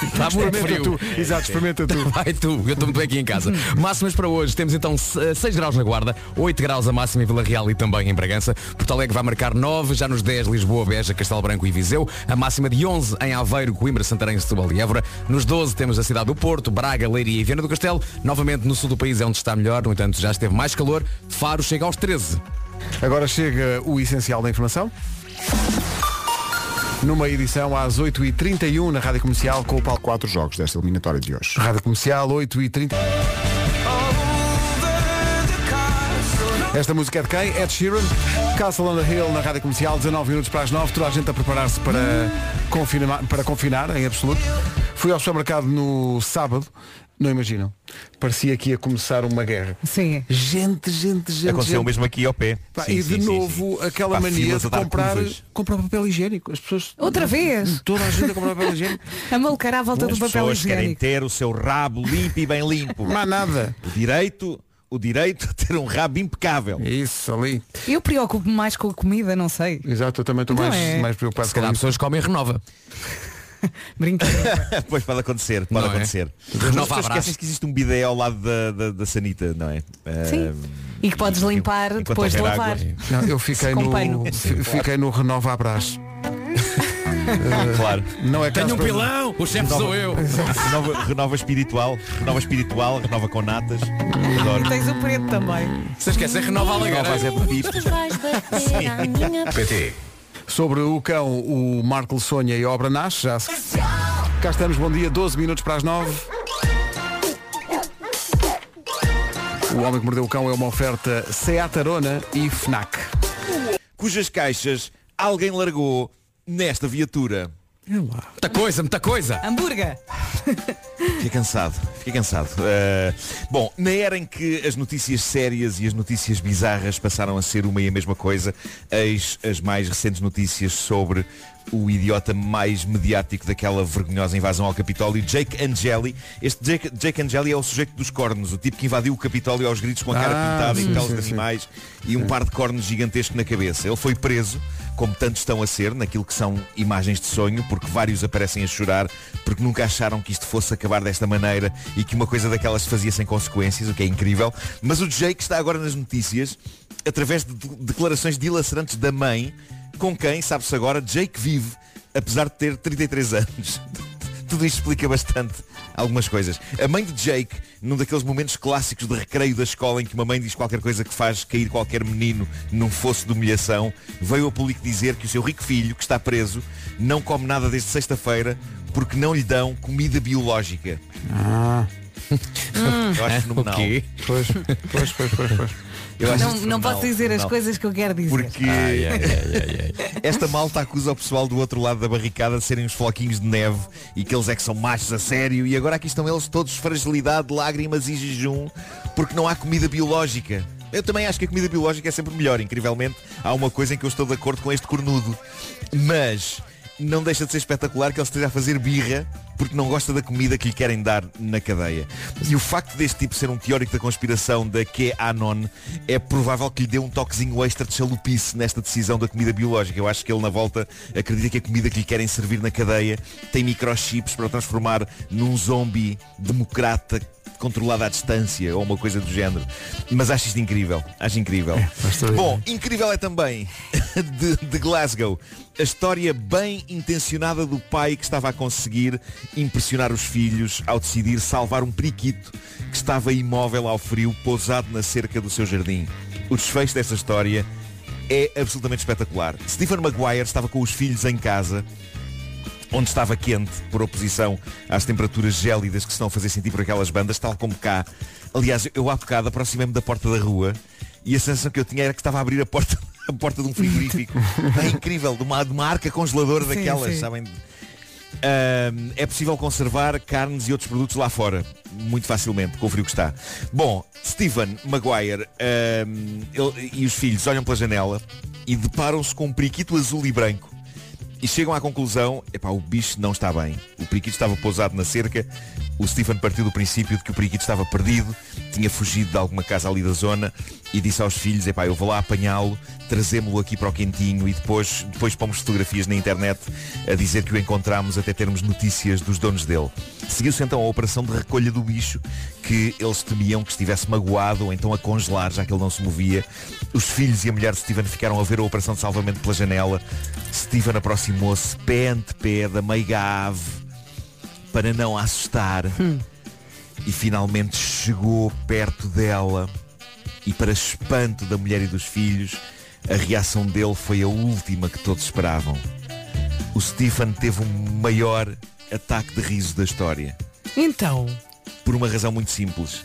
Está muito
Experimenta
É frio.
tu. Exato, experimenta tu.
Vai tu, eu estou muito bem aqui em casa. Máximas para hoje, temos então 6 graus na Guarda, 8 graus a máxima em Vila Real e também em Bragança. Porto Alegre vai marcar 9, já nos 10 Lisboa, Beja, Castelo Branco e Viseu. A máxima de 11 em Aveiro, Coimbra, Santarém, Setúbal e Évora. Nos 12 temos a cidade do Porto, Braga, Leiria e Viana do Castelo. Novamente no sul do país é onde está melhor, no entanto já esteve mais calor. Faro chega aos 13.
Agora chega o essencial da informação. Numa edição às 8h31 na Rádio Comercial com o Paulo.
Quatro jogos desta eliminatória de hoje.
Rádio Comercial, 8h30. Esta música é de quem? Ed Sheeran. Castle on the Hill na Rádio Comercial, 19 minutos para as 9. Toda a gente a preparar-se para, confirma- para confinar, em absoluto. Fui ao supermercado no sábado. Não imaginam. Parecia que ia começar uma guerra.
Sim.
Gente, gente, gente.
Aconteceu
gente.
mesmo aqui ao pé.
Pá,
Sim,
e
sim,
de
sim,
novo
sim.
aquela
Pá,
mania
filas
de
a dar
comprar,
curvas.
comprar papel higiênico. As pessoas.
Outra vez?
Toda a gente a comprar papel higiênico.
A malucar à volta
As
do papel
pessoas querem
higiênico.
ter o seu rabo limpo e bem limpo.
Mas nada.
O direito, o direito a ter um rabo impecável.
É Isso ali.
Eu preocupo-me mais com a comida, não sei.
Exato, eu também estou
Não
mais,
é?
mais preocupado
Se calhar
com isso.
pessoas comem renova.
Brincadeira.
Depois pode acontecer, pode
Não é?
acontecer.
Renova
As pessoas
abraço.
esquecem que existe um bidé ao lado da, da, da sanita, não é?
Sim. E que podes limpar
enquanto
depois de
houver
lavar.
água.
Não, eu fiquei
Com
no,
pano.
fi- fiquei no Renova Abraço.
Ah, claro.
Não é caso
Tenho um
para-
pilão, o chefe sou eu.
renova, renova espiritual, renova espiritual, renova com natas. Adoro.
E tens o preto também.
Se esquecem, renova a
Renova
Alagareiro.
as é pedir.
Sobre o cão, o Marco Sonha e a obra nasce. Já se... Cá estamos, bom dia, 12 minutos para as 9. O Homem que Mordeu o Cão é uma oferta Seat Arona e FNAC.
Cujas caixas alguém largou nesta viatura.
Muita coisa, muita coisa.
Hambúrguer.
Fiquei cansado, fiquei cansado. Uh, bom, na era em que as notícias sérias e as notícias bizarras passaram a ser uma e a mesma coisa, eis as mais recentes notícias sobre o idiota mais mediático daquela vergonhosa invasão ao Capitólio, Jake Angeli. Este Jake, Jake Angeli é o sujeito dos cornos, o tipo que invadiu o Capitólio aos gritos com a cara
Ah,
pintada
sim,
e peles
sim,
de
sim.
animais e um par de cornos gigantesco na cabeça. Ele foi preso, como tantos estão a ser, naquilo que são imagens de sonho, porque vários aparecem a chorar, porque nunca acharam que isto fosse acabar desta maneira e que uma coisa daquelas se fazia sem consequências, o que é incrível. Mas o Jake está agora nas notícias, através de de- declarações dilacerantes da mãe, com quem, sabe-se agora, Jake vive, apesar de ter 33 anos. Tudo isto explica bastante algumas coisas. A mãe de Jake, num daqueles momentos clássicos de recreio da escola em que uma mãe diz qualquer coisa que faz cair qualquer menino num fosso de humilhação, veio ao público dizer que o seu rico filho, que está preso, não come nada desde sexta-feira porque não lhe dão comida biológica. Eu
É?
acho fenomenal.
Ok.
Pois, pois, pois, pois. pois.
Eu acho
Não,
isto
não
fenomenal,
posso dizer as
fenomenal.
coisas que eu quero dizer.
Porque esta malta acusa o pessoal do outro lado da barricada de serem uns floquinhos de neve e que eles é que são machos a sério e agora aqui estão eles todos fragilidade, lágrimas e jejum porque não há comida biológica. Eu também acho que a comida biológica é sempre melhor, incrivelmente. Há uma coisa em que eu estou de acordo com este cornudo. Mas não deixa de ser espetacular que ele esteja a fazer birra porque não gosta da comida que lhe querem dar na cadeia. E o facto deste tipo ser um teórico da conspiração da QAnon é provável que lhe dê um toquezinho extra de chalupice nesta decisão da comida biológica. Eu acho que ele na volta acredita que a comida que lhe querem servir na cadeia tem microchips para o transformar num zombie democrata controlado à distância ou uma coisa do género. Mas acho isto incrível. Acho incrível. Bom, incrível é também de, de Glasgow a história bem intencionada do pai que estava a conseguir impressionar os filhos ao decidir salvar um periquito que estava imóvel ao frio, pousado na cerca do seu jardim. O desfecho desta história é absolutamente espetacular. Stephen Maguire estava com os filhos em casa onde estava quente por oposição às temperaturas gélidas que se estão a fazer sentir por aquelas bandas, tal como cá. Aliás, eu há bocado aproximei-me da porta da rua
e a sensação que eu tinha era que estava a abrir a porta, a porta de um frigorífico. é incrível, de uma, de uma arca congeladora
Sim,
daquelas,
sim.
sabem? Ahm, é possível conservar carnes e outros produtos lá fora, muito facilmente, com o frio que está. Bom, Stephen Maguire ahm, ele- e os filhos olham pela janela e deparam-se com um periquito azul e branco. E chegam à conclusão, epá, o bicho não está bem. O periquito estava pousado na cerca, o Stephen partiu do princípio de que o periquito estava perdido, tinha fugido de alguma casa ali da zona e disse aos filhos, epá, eu vou lá apanhá-lo, trazemos-lo aqui para o quentinho e depois, depois pomos fotografias na internet a dizer que o encontramos até termos notícias dos donos dele. Seguiu-se então a operação de recolha do bicho, que eles temiam que estivesse magoado ou então a congelar, já que ele não se movia. Os filhos e a mulher de Steven ficaram a ver a operação de salvamento pela janela. Steven aproximou-se pé ante pé da meiga ave para não a assustar. E finalmente chegou perto dela. E para espanto da mulher e dos filhos, a reação dele foi a última que todos esperavam. O Stephen teve o maior ataque de riso da história.
Então,
Por uma razão muito simples.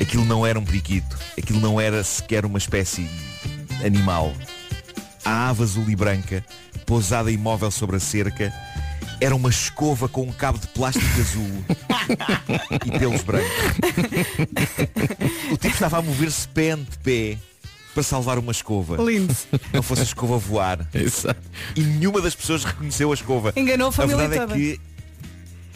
Aquilo não era um periquito. Aquilo não era sequer uma espécie de animal. A ave azul e branca, pousada imóvel sobre a cerca, era uma escova com um cabo de plástico azul e pelos brancos. O tipo estava a mover-se pé ante pé para salvar uma escova.
lindo.
Não fosse a escova voar. E nenhuma das pessoas reconheceu a escova.
Enganou a família
verdade
toda.
é que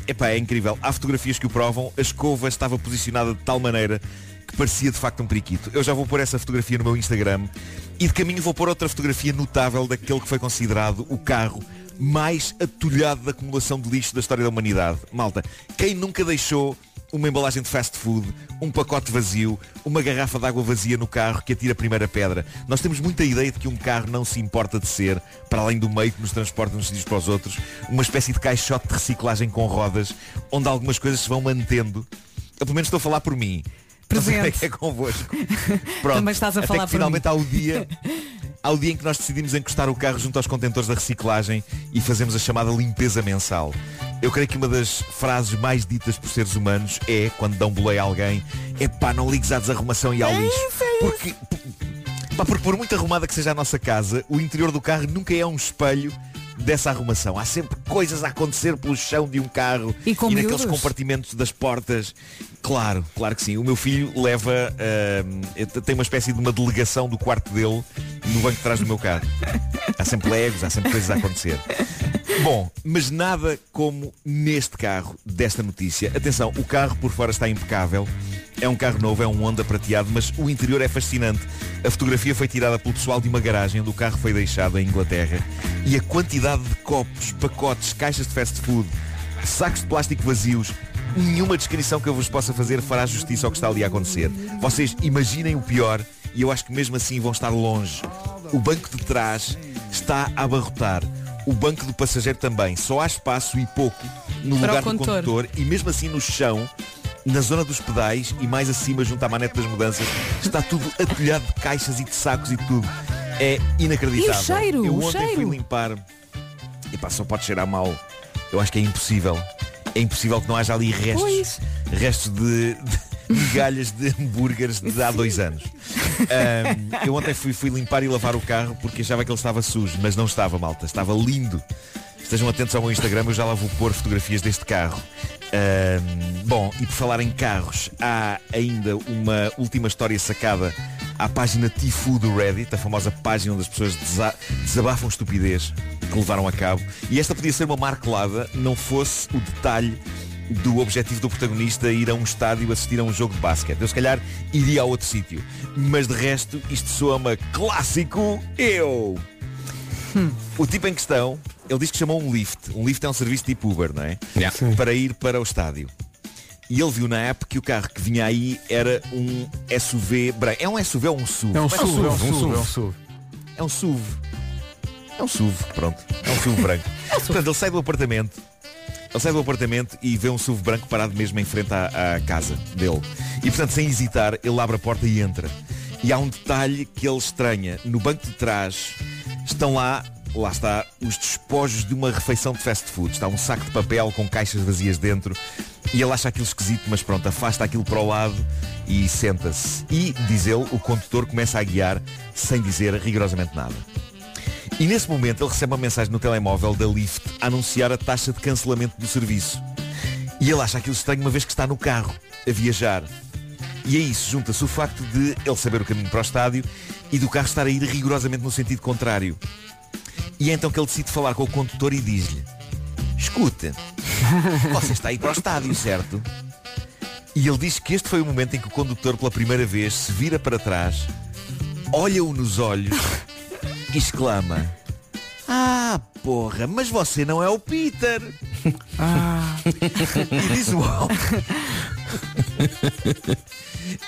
Epá, é incrível. Há fotografias que o provam. A escova estava posicionada de tal maneira que parecia de facto um periquito. Eu já vou pôr essa fotografia no meu Instagram e de caminho vou pôr outra fotografia notável daquele que foi considerado o carro mais atulhado da acumulação de lixo da história da humanidade. Malta, quem nunca deixou uma embalagem de fast food, um pacote vazio, uma garrafa de água vazia no carro que atira a primeira pedra. Nós temos muita ideia de que um carro não se importa de ser, para além do meio que nos transporta nos sítios para os outros, uma espécie de caixote de reciclagem com rodas, onde algumas coisas se vão mantendo. Eu pelo menos estou a falar por mim. Não sei como é
Presente.
que é convosco. Pronto,
Também estás a
até
falar
que
por mim.
finalmente há o dia há o dia em que nós decidimos encostar o carro junto aos contentores da reciclagem e fazemos a chamada limpeza mensal. Eu creio que uma das frases mais ditas por seres humanos é, quando dão boleia a alguém, é pá, não ligues à desarrumação e ao lixo. Porque, pá, porque por muito arrumada que seja a nossa casa, o interior do carro nunca é um espelho dessa arrumação. Há sempre coisas a acontecer pelo chão de um carro
E com
naqueles
miúdos?
compartimentos compartimentos das portas. Claro, claro que sim. O meu filho leva, ah, tem uma espécie de uma delegação do quarto dele no banco de trás do meu carro. Há sempre legos, há sempre coisas a acontecer. Bom, mas nada como neste carro desta notícia. Atenção, o carro por fora está impecável. É um carro novo, é um Honda prateado, mas o interior é fascinante. A fotografia foi tirada pelo pessoal de uma garagem onde o carro foi deixado em Inglaterra. E a quantidade de copos, pacotes, caixas de fast food, sacos de plástico vazios. Nenhuma descrição que eu vos possa fazer fará justiça ao que está ali a acontecer. Vocês imaginem o pior e eu acho que mesmo assim vão estar longe. O banco de trás está a abarrotar. O banco do passageiro também. Só há espaço e pouco no
Para o
lugar
condutor.
do condutor e mesmo assim no chão, na zona dos pedais e mais acima junto à manete das mudanças, está tudo atulhado de caixas e de sacos e de tudo. É inacreditável.
cheiro?
eu
O
ontem fui
cheiro?
limpar. E pá, só pode cheirar mal. Eu acho que é impossível. É impossível que não haja ali restos.
Pois.
Restos de, de migalhas de hambúrgueres de há dois anos. Ahm, eu ontem fui, fui limpar e lavar o carro porque achava que ele estava sujo, mas não estava, malta. Estava lindo. Estejam atentos ao meu Instagram, eu já lá vou pôr fotografias deste carro. Ahm, bom, e por falar em carros, há ainda uma última história sacada à página Tifu do Reddit, a famosa página onde as pessoas desa- desabafam estupidez que levaram a cabo. E esta podia ser uma marcolada, não fosse o detalhe do objetivo do protagonista ir a um estádio assistir a um jogo de basquete. Eu se calhar iria a outro sítio. Mas de resto, isto soa-me a clássico eu. O tipo em questão, ele diz que chamou um lift. Um lift é um serviço tipo Uber, não é?
Yeah.
Para ir para o estádio. E ele viu na app que o carro que vinha aí era um SUV branco. É um SUV ou um SUV?
É um
Como que se
SUV, é um
chama?
SUV, é um SUV.
É um SUV. É um SUV, pronto. É um SUV branco. Portanto, ele sai do apartamento. Ele sai do apartamento e vê um SUV branco parado mesmo em frente à, à casa dele. E portanto, sem hesitar, ele abre a porta e entra. E há um detalhe que ele estranha. No banco de trás estão lá, lá está, os despojos de uma refeição de fast food. Está um saco de papel com caixas vazias dentro E ele acha aquilo esquisito, mas pronto, afasta aquilo para o lado e senta-se. E, diz ele, o condutor começa a guiar sem dizer rigorosamente nada. E nesse momento ele recebe uma mensagem no telemóvel da Lyft a anunciar a taxa de cancelamento do serviço. E ele acha aquilo estranho uma vez que está no carro, a viajar. E a isso junta-se o facto de ele saber o caminho para o estádio e do carro estar a ir rigorosamente no sentido contrário. E é então que ele decide falar com o condutor e diz-lhe Escuta, você está aí para o estádio, certo? E ele diz que este foi o momento em que o condutor pela primeira vez se vira para trás, olha-o nos olhos e exclama Ah, porra, mas você não é o Peter! E diz o homem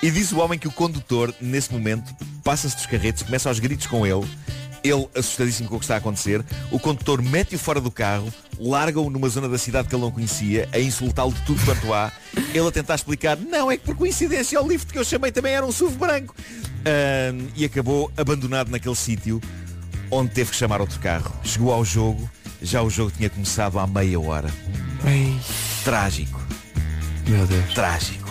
E diz o homem que o condutor, nesse momento, passa-se dos carretes, começa aos gritos com ele Ele, assustadíssimo com o que está a acontecer O condutor mete-o fora do carro Larga-o numa zona da cidade que ele não conhecia A insultá-lo de tudo quanto há Ele a tentar explicar Não, é que por coincidência o lift que eu chamei também era um SUV branco Ahm, E acabou abandonado naquele sítio Onde teve que chamar outro carro Chegou ao jogo Já o jogo tinha começado há meia hora Trágico
Meu Deus.
trágico.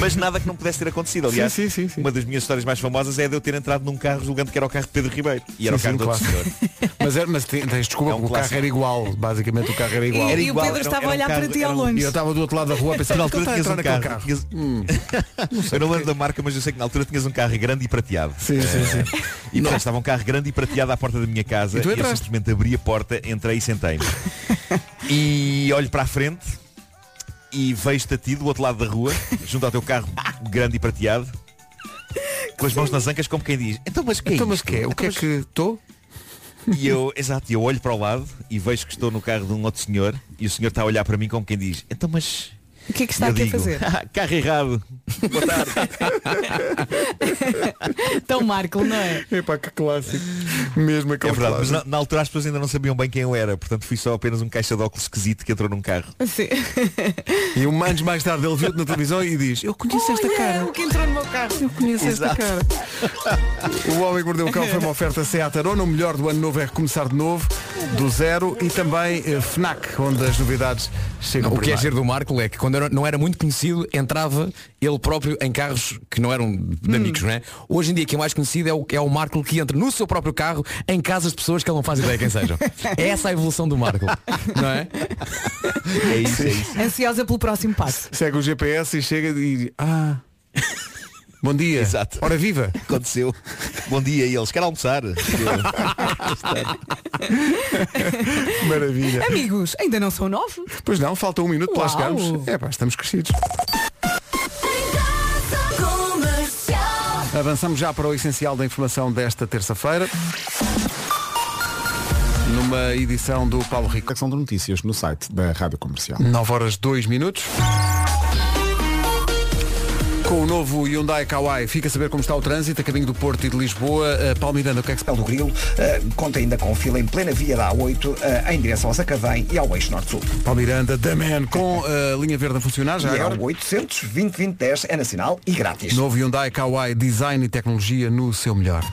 Mas nada que não pudesse ter acontecido, aliás.
Sim, sim, sim, sim.
Uma das minhas histórias mais famosas é de eu ter entrado num carro julgando que era o carro de Pedro Ribeiro. E era
Sim,
o
sim,
carro do
claro.
outro senhor.
Mas, era, mas tens tens desculpa,
É um
porque o carro
clássico.
era igual. Basicamente o carro era igual.
E,
Era
e
igual,
o Pedro
era-
estava
era um
a olhar
carro-
para ti
era
ao
um-
E
longe.
eu estava do outro lado da rua a pensar,
Na
"Por que
altura
ele
tinhas
está a
um
entrar
carro.
naquele carro. Hum.
tinhas- eu não lembro da marca, mas eu sei que na altura tinhas um carro grande e prateado.
Sim, sim, sim.
E portanto, estava um carro grande e prateado à porta da minha casa.
E tu
Então
eu
entraste.
simplesmente abri a porta, entrei e sentei-me. e olho para a frente e vejo-te a ti do outro lado da rua, junto ao teu carro grande e prateado, com as mãos nas ancas, como quem diz, então mas que é
Então, mas
isto?
que é? O que é
Então,
que estou?
é
E eu, exato, eu olho para o lado e vejo que estou no carro de um outro senhor e o senhor está a olhar para mim como quem diz, então mas.
O que é que está
eu
aqui
digo,
a fazer?
"Ah, carro errado. Boa tarde.
Tão Marco, não é?
Epá, que clássico. Mesmo
É
aquele
verdade, mas na, na altura as pessoas ainda não sabiam bem quem eu era, portanto fui só apenas um caixa de óculos esquisito que entrou num carro.
Sim.
E um anos mais tarde ele viu-te na televisão e diz, eu conheço esta cara.
o que entrou no meu carro. Eu conheço
Exato.
cara.
O Homem que Mordeu o Cão foi uma oferta Seat Arona. O melhor do ano novo é recomeçar de novo, do zero. E também eh, FNAC, onde as novidades chegam
O que é
primeiro.
giro do Marco é que quando era- não era muito conhecido, entrava ele próprio em carros que não eram de amigos, não é? Hoje em dia quem é mais conhecido é o, é o Marco que entra no seu próprio carro em casas de pessoas que ele não faz ideia quem sejam. É essa a evolução do Marco, não é?
É isso, é isso.
Ansiosa pelo próximo passo.
Segue o GPS e chega e... Ah... Bom dia.
Exato.
Ora viva.
Aconteceu. Bom dia e eles, quer almoçar?
Maravilha.
Amigos, ainda não são nove?
Pois não, falta um minuto para lá
Uau.
chegarmos. É pá, estamos crescidos. Avançamos já para o essencial da informação desta terça-feira. Numa edição do Paulo Rico.
Secção de notícias no site da Rádio Comercial.
9 horas 2 minutos. Com o novo Hyundai Kauai, fica a saber como está o trânsito a caminho do Porto e de Lisboa. Uh, Paulo Miranda, o que é que se
Capel do Grilo eh, conta ainda com fila em plena via da A8 eh, em direção ao Sacavém e ao Eixo Norte-Sul.
Paulo Miranda, da Man, com a linha verde a funcionar já
E é
agora?
o 800 20 10 é nacional e grátis.
Novo Hyundai Kauai, design e tecnologia no seu melhor.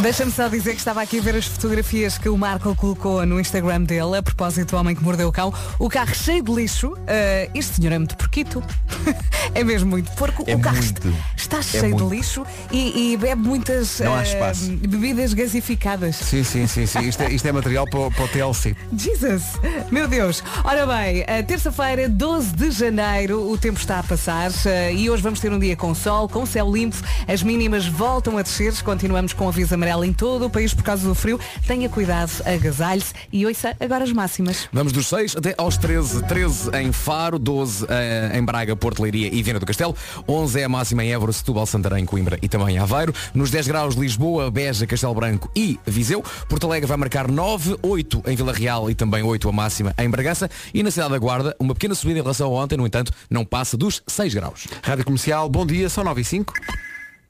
Deixa-me só dizer que estava aqui a ver as fotografias que o Marco colocou no Instagram dele a propósito do homem que mordeu o cão. O carro cheio de lixo. Ah, este senhor é muito porquito. é mesmo muito porco.
É
o carro
muito.
está está
É
cheio
muito.
de lixo e, e bebe muitas
Não há
ah,
espaço.
bebidas gasificadas.
Sim, sim, sim, sim. Isto é, isto é material para, o- para o TLC.
Jesus, meu Deus. Ora bem, eh, terça-feira, 12 de janeiro, o tempo está a passar eh, e hoje vamos ter um dia com sol, com céu limpo, as mínimas voltam a descer, continuamos com aviso amarelo em todo o país por causa do frio. Tenha cuidado, agasalhe-se e ouça agora as máximas.
Vamos dos 6 até aos 13. 13 em Faro, 12 eh, em Braga, Porto Leiria e Viana do Castelo. 11 é a máxima em Évora, Setúbal, Santarém, Coimbra e também em Aveiro. Nos 10 graus, Lisboa, Beja, Castelo Branco e Viseu. Porto Alegre vai marcar 9, 8 em Vila Real e também 8 a máxima em Bragança. E na cidade da Guarda, uma pequena subida em relação a ontem, no entanto, não passa dos 6 graus.
Rádio Comercial, bom dia, são 9 e 5.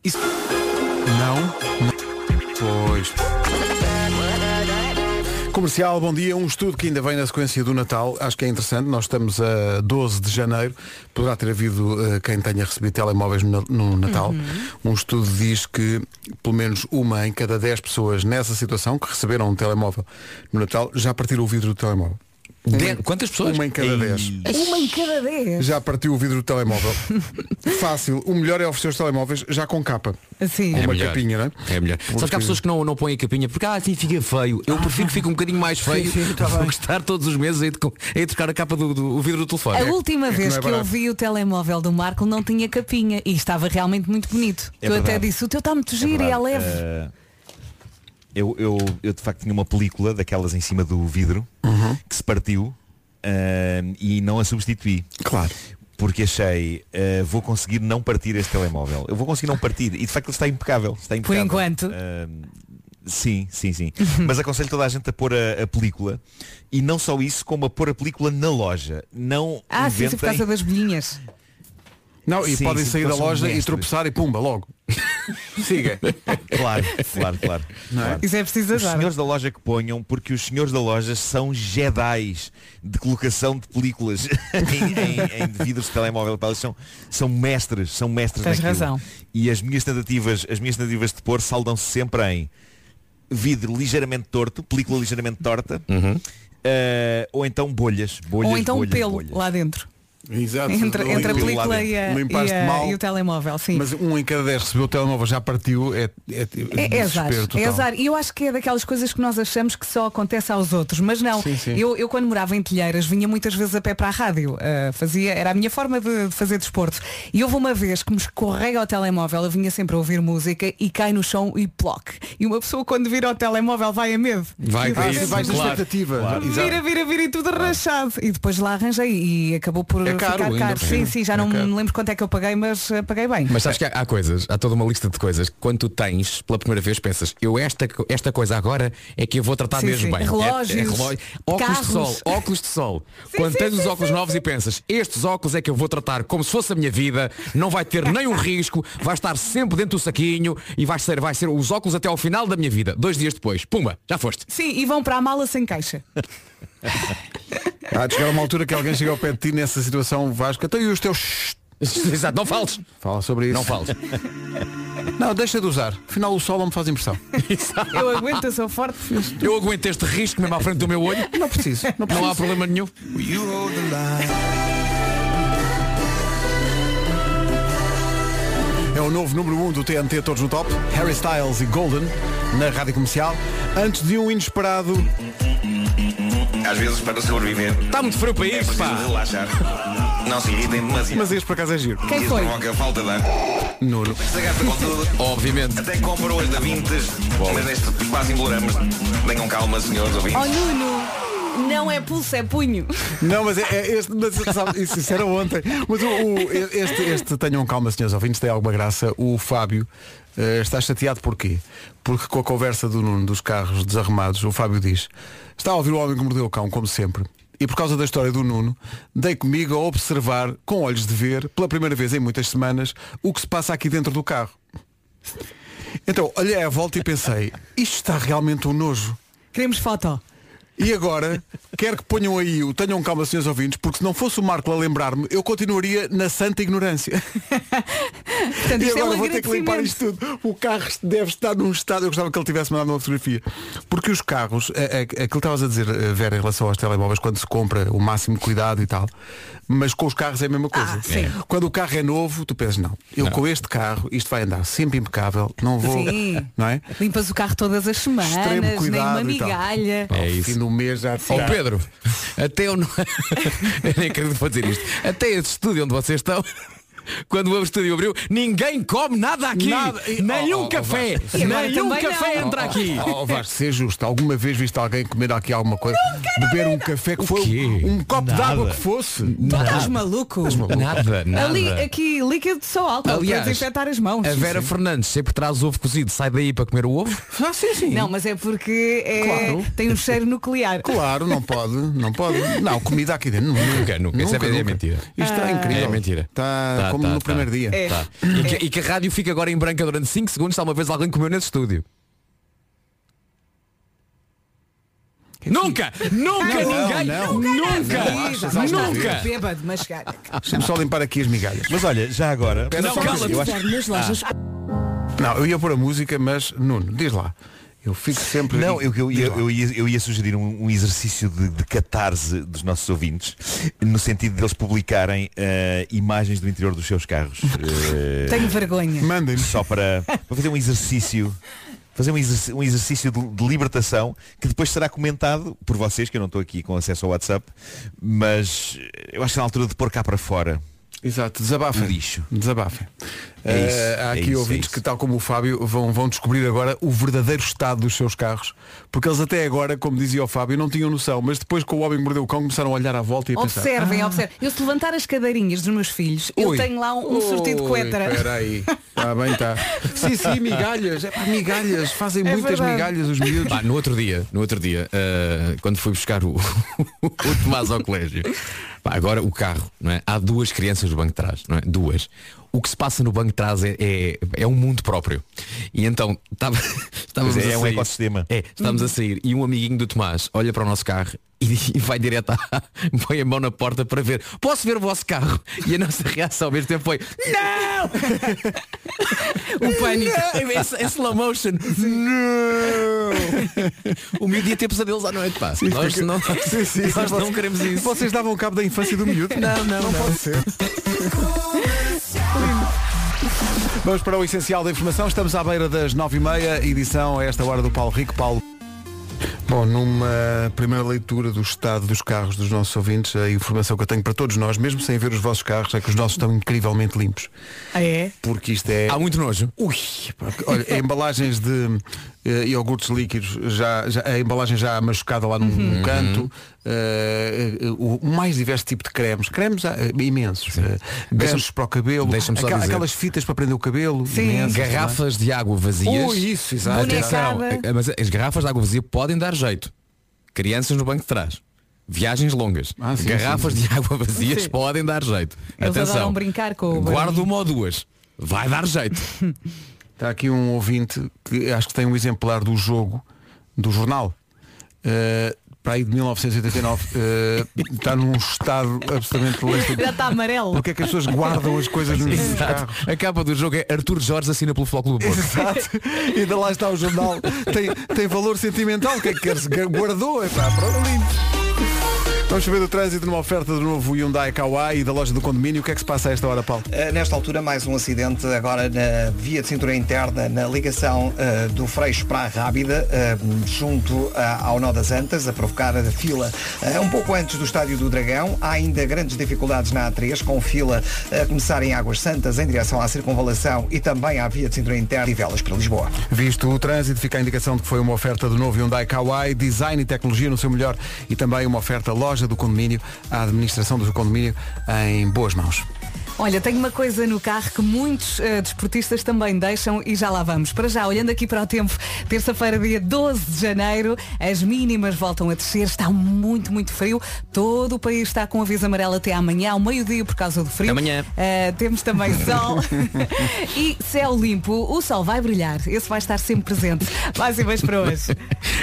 Isso... Não? Não. Pois. Comercial, bom dia. Um estudo que ainda vem na sequência do Natal. Acho que é interessante. Nós estamos a 12 de janeiro. Poderá ter havido eh, quem tenha recebido telemóveis no, no Natal. Um estudo diz que pelo menos uma em cada 10 pessoas nessa situação que receberam um telemóvel no Natal já partiram o vidro do telemóvel.
De- Quantas pessoas?
Uma em cada dez.
Uma em cada dez.
Já partiu o vidro do telemóvel. Fácil. O melhor é oferecer os telemóveles já com capa.
Sim.
Uma
melhor.
capinha, não é?
É melhor.
Porque-
Sabes que há pessoas que não, não põem a capinha porque ah, assim fica feio. Eu prefiro que fique um bocadinho mais feio
sim, tá
do
bem.
que estar todos os meses a ir, co- a ir trocar a capa do, do- o vidro do telefone.
A última
é que
vez
não é
que eu
barato.
vi o telemóvel do Marco não tinha capinha e estava realmente muito bonito.
É
tu até
verdade.
disse, o teu está muito giro e é
verdade.
leve.
Eh, eu, eu, eu de facto tinha uma película daquelas em cima do vidro que se partiu eh, e não a substituí.
Claro.
Porque achei, eh, vou conseguir não partir este telemóvel. Eu vou conseguir não partir. E de facto ele está impecável. Está impecável.
enquanto. Uhum.
Eh, sim, sim, sim. Mas aconselho toda a gente a pôr a, a película. E não só isso, como a pôr a película na loja. Não
Ah, sim,
inventem...
sim, por causa das bolhinhas.
Não, e
Sim,
podem
sim, um
sair da
porque eles
loja
são
e
mestres.
tropeçar e pumba, logo. Siga.
Claro, claro, claro. claro.
Isso é preciso
Os
azar.
senhores da loja que ponham, porque os senhores da loja são jedis de colocação de películas em, em, em vidros de telemóvel. Pá, Eles são, são mestres, são mestres
Tens
naquilo.
razão.
E as minhas tentativas, as minhas tentativas de pôr saldam-se sempre em vidro ligeiramente torto, película ligeiramente torta, eh, ou então bolhas, bolhas,
Ou então um
bolhas,
pelo
bolhas.
lá dentro.
Exato.
Entre, entre a
pelo lá
película
dentro.
e, a-
Limpaste
e a-
mal.
e o telemóvel, sim.
Mas um em cada dez recebeu o telemóvel, já partiu, é, é,
É, é azar,
desespero total.
é azar. E eu acho que é daquelas coisas que nós achamos que só acontece aos outros. Mas não,
Sim, sim.
Eu, eu quando morava em Telheiras vinha muitas vezes a pé para a rádio. Ah, fazia, era a minha forma de, de fazer desporto. E houve uma vez que me escorrega ao telemóvel, eu vinha sempre a ouvir música e cai no chão e ploc. E uma pessoa quando vira ao telemóvel vai a medo.
Vai,
E
Ah,
vai,
sim,
depois-
vais na
Claro,
expectativa. Exato.
Vira, vira, vira e tudo rachado. E depois lá arranjei e acabou por
É caro,
ficar
ainda
caro.
por
Sim,
cima.
sim, já
É
não
caro.
me lembro quanto é que eu paguei, mas ah, paguei bem.
Mas sabes que há, há coisas, há toda uma lista de coisas que quando tu tens pela primeira vez pensas, eu esta, co- esta coisa agora é que eu vou tratar
Sim,
mesmo
sim.
bem. É-
Relógios,
é relógio- óculos de
carros.
sol, óculos de sol. quando
sim,
tens os
sim,
óculos novos e pensas, estes óculos é que eu vou tratar como se fosse a minha vida, não vai ter nenhum risco, vai estar sempre dentro do saquinho e vai ser, vai ser os óculos até ao final da minha vida. Dois dias depois, pumba, já foste.
Sim, e vão para a mala sem caixa.
Há Ah, de chegar uma altura que alguém chega ao pé de ti nessa situação vasca. Então e os teus.
Exato, não fales.
Fala sobre isso.
Não fales.
Não, deixa de usar. Afinal o sol não me faz impressão.
Eu aguento, eu sou forte.
Eu aguento este risco mesmo à frente do meu olho.
Não preciso. Não preciso.
Não há problema nenhum.
É o novo número 1 um do TNT Todos no Top, Harry Styles e Golden, na rádio comercial. Antes de um inesperado.
Às vezes, para sobreviver, é
Está Tá muito frio para isso, pá.
relaxar. Não se irritem demasiado.
Mas este por acaso é giro.
Quem foi?
provoca falta de ar.
Nuno.
Esta gasta com tudo.
Obviamente.
Até compro hoje da Vintes, mas neste quase embolamos. Tenham calma, senhores
Oh
ouvintes.
Nuno, não é pulso, é punho.
Não, mas é, é este, mas, sabe, isso, isso era ontem. Mas o, o- este, este, tenham calma, senhores ouvintes, tem alguma graça. O Fábio eh, está chateado porquê? Porque com a conversa do Nuno dos carros desarrumados, o Fábio diz, está a ouvir o homem que mordeu o cão, como sempre. E por causa da história do Nuno, dei comigo a observar, com olhos de ver, pela primeira vez em muitas semanas, o que se passa aqui dentro do carro. Então, olhei à volta e pensei, isto está realmente um nojo.
Queremos foto.
E agora, quero que ponham aí o tenham calma, senhores ouvintes, porque se não fosse o Marco a lembrar-me, eu continuaria na santa ignorância.
Portanto,
E
isto é
agora
um
vou ter que limpar
agradecimento.
isto tudo. O carro deve estar num estado. Eu gostava que ele tivesse mandado uma fotografia. Porque os carros, é, é, aquilo que estavas a dizer, eh, Vera, em relação aos telemóveis, quando se compra o máximo de cuidado e tal, mas com os carros é a mesma coisa.
Ah, sim. É.
Quando o carro é novo, tu pensas, não, eu com este carro, isto vai andar sempre impecável, não vou.
Sim.
Não é?
Limpas o carro todas as semanas,
Extremo
nem uma
cuidado e tal.
migalha.
Ao
É isso.
fim do mês já
Ó Pedro, até eu não. eu nem acredito que vou dizer isto. Até esse estúdio onde vocês estão. Quando o estúdio abriu, ninguém come nada aqui.
Nada. E-
Nenhum
oh, oh,
café.
E agora
Nenhum
também
café
não.
entra aqui.
Oh, Vasco, ser justo, alguma vez viste alguém comer aqui alguma coisa? Beber um café que foi
quê?
um copo de
Nada.
água que fosse?
Tu estás maluco?
Nada, nada.
Ali,
é
aqui, líquido só álcool
Aliás,
para desinfetar as mãos.
A Vera Fernandes sempre traz ovo cozido, sai daí para comer o ovo.
Ah, sim, sim.
Não, mas é porque é-
Claro.
tem um cheiro nuclear.
Claro, não pode, não pode. Não, comida aqui dentro. Nunca,
Nunca, nunca. Isso é mentira.
Isto está incrível.
É mentira.
Está
Tá,
como
tá,
no
tá.
primeiro dia.
É.
Tá. E, que, e que a rádio fica agora em branca durante 5 segundos se alguma vez alguém comeu nesse estúdio. Nunca! Nunca
é Não,
ninguém!
não.
Nunca!
achas,
Mas não,
Nunca!
Bêbado, mas cara,
Deixa-me só limpar aqui as migalhas.
Mas olha, já agora.
Espera
Não,
só um
cala-te.
eu acho
Nas lojas
Não, eu ia pôr a música, mas Nuno, diz lá. Eu fico sempre.
Não, eu, eu,
Diz
eu,
lá.
eu ia, eu ia sugerir um, um exercício de, de catarse dos nossos ouvintes, no sentido deles publicarem eh, imagens do interior dos seus carros. eh,
Tenho vergonha.
Mandem-me.
só para, para fazer um exercício. Fazer um exercício, um exercício de, de libertação que depois será comentado por vocês, que eu não estou aqui com acesso ao WhatsApp, mas eu acho que é na altura de pôr cá para fora.
Exato, desabafem.
O lixo.
Desabafem.
É isso,
Eh, há
é
aqui
isso, é
ouvintes
isso.
que, tal como o Fábio, vão, vão descobrir agora o verdadeiro estado dos seus carros. Porque eles até agora, como dizia o Fábio, não tinham noção. Mas depois com o homem que mordeu o cão começaram a olhar à volta e a pensar.
Observem, observem. Eu se levantar as cadeirinhas dos meus filhos, eu
Ui.
tenho lá um, um sortido de
Ui,
coetera.
"Ah, Espera aí. Está bem, está. Sim, sim, migalhas. É pá, migalhas. Fazem
É
muitas
verdade.
migalhas os miúdos.
Pá, no outro dia, no outro dia, ah, quando fui buscar o, o Tomás ao colégio, pá, agora o carro, não é? Há duas crianças no banco de trás, não é? Duas. O que se passa no banco de trás é, é, é um mundo próprio. E então tava, estávamos
Pois é,
a
é um
sair.
ecossistema.
É, estávamos a sair e um amiguinho do Tomás olha para o nosso carro e, e vai direto à, põe a mão na porta para ver, posso ver o vosso carro? E a nossa reação ao mesmo tempo foi, não! o pânico. É, Esse, esse slow motion. Não! o miúdo ia ter pesadelos à noite, pá. nós não,
Sim, sim, sim,
nós não
vocês-
queremos isso.
Vocês davam cabo da infância do miúdo?
Não, não, não.
pode ser. Vamos para o essencial da informação. Estamos à beira das nove e meia, edição a esta hora do Paulo Rico. Paulo. Bom, numa primeira leitura do estado dos carros dos nossos ouvintes, a informação que eu tenho para todos nós, mesmo sem ver os vossos carros, é que os nossos estão incrivelmente limpos.
Ah, é?
Porque isto é.
Há muito nojo.
Ui, pá, olha, é embalagens de eh, iogurtes líquidos, já, já- a embalagem já machucada lá num,
Uhum.
num canto, eh, eh, o mais diverso tipo de cremes, cremes ah, eh, imensos, eh, ganchos para o cabelo,
deixa-me só
aquela-
dizer.
aquelas fitas para prender o cabelo, é?
Sim.
imensas também.
Garrafas de água vazias.
Ui, Oh, isso, exato.
Atenção,
Bonecada.
eh, mas as garrafas de água vazia podem dar jeito. Crianças no banco de trás. Viagens longas.
Ah, sim,
garrafas de água vazias podem dar jeito.
Eles adoram
Atenção.
brincar com o
Guarda
barulhinho.
uma ou duas. Vai dar jeito.
Está aqui um ouvinte que acho que tem um exemplar do jogo, do jornal, eh, para aí de 1989, eh, está num estado absolutamente lento.
Já está amarelo.
Porque é que as pessoas guardam as coisas
é.
nos nos carros?
A capa do jogo é Arthur Jorge assina pelo Flóculo do Porto.
Exato. E ainda lá está o jornal. Tem, tem valor sentimental. O que é que quer-se? Guardou. Epá, pronto, lindo. Vamos saber do trânsito numa oferta do novo Hyundai Kauai e da loja do condomínio. O que é que se passa a esta hora, Paulo?
Uh, Nesta altura, mais um acidente agora na via de cintura interna, na ligação uh, do Freixo para a Rábida, uh, junto uh, ao Nó das Antas, a provocar a fila uh, um pouco antes do Estádio do Dragão. Há ainda grandes dificuldades na A3, com fila eh, a começar em Águas Santas, em direção à circunvalação e também à via de cintura interna e velas para Lisboa.
Visto o trânsito, fica a indicação de que foi uma oferta do novo Hyundai Kauai, design e tecnologia no seu melhor e também uma oferta loja do condomínio, a administração do condomínio em boas mãos.
Olha, tenho uma coisa no carro que muitos eh, desportistas também deixam e já lá vamos. Para já, olhando aqui para o tempo, terça-feira, dia 12 de janeiro, as mínimas voltam a descer, está muito, muito frio. Todo o país está com aviso amarelo até amanhã, ao meio-dia por causa do frio.
Amanhã.
Eh, temos também sol e céu limpo. O sol vai brilhar, esse vai estar sempre presente. Máximas para hoje.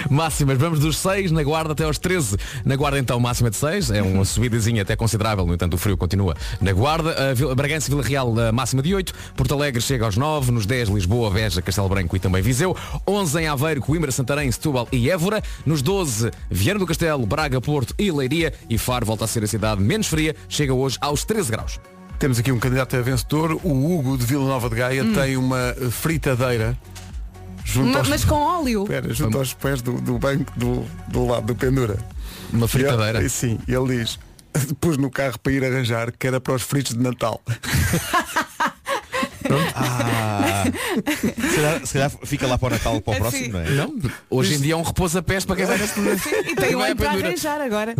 Máximas, vamos dos 6 na guarda até aos 13. Na guarda então máxima de 6, é uma subidazinha até considerável, no entanto o frio continua. Na guarda, a Vila- Bragança e Vila Real a máxima de 8, Porto Alegre chega aos 9, nos 10 Lisboa, Veja, Castelo Branco e também Viseu, 11 em Aveiro, Coimbra, Santarém, Setúbal e Évora, nos 12 Viana do Castelo, Braga, Porto e Leiria e Faro volta a ser a cidade menos fria, chega hoje aos 13 graus.
Temos aqui um candidato a vencedor, o Hugo de Vila Nova de Gaia, tem uma eh, fritadeira junto
Ma-
aos...
Hum. Mas com óleo.
Espera, junto aos pés do, do banco do, do lado do pendura.
Uma fritadeira.
E ele- sim, ele diz, pus no carro para ir arranjar, que era para os fritos de Natal.
Se calhar, se calhar fica lá para o Natal para o próximo, não é?
Não, hoje em dia é um repouso-pés para quem vai nesse
E tem
Vai à
óleo para
pendura.
arranjar agora.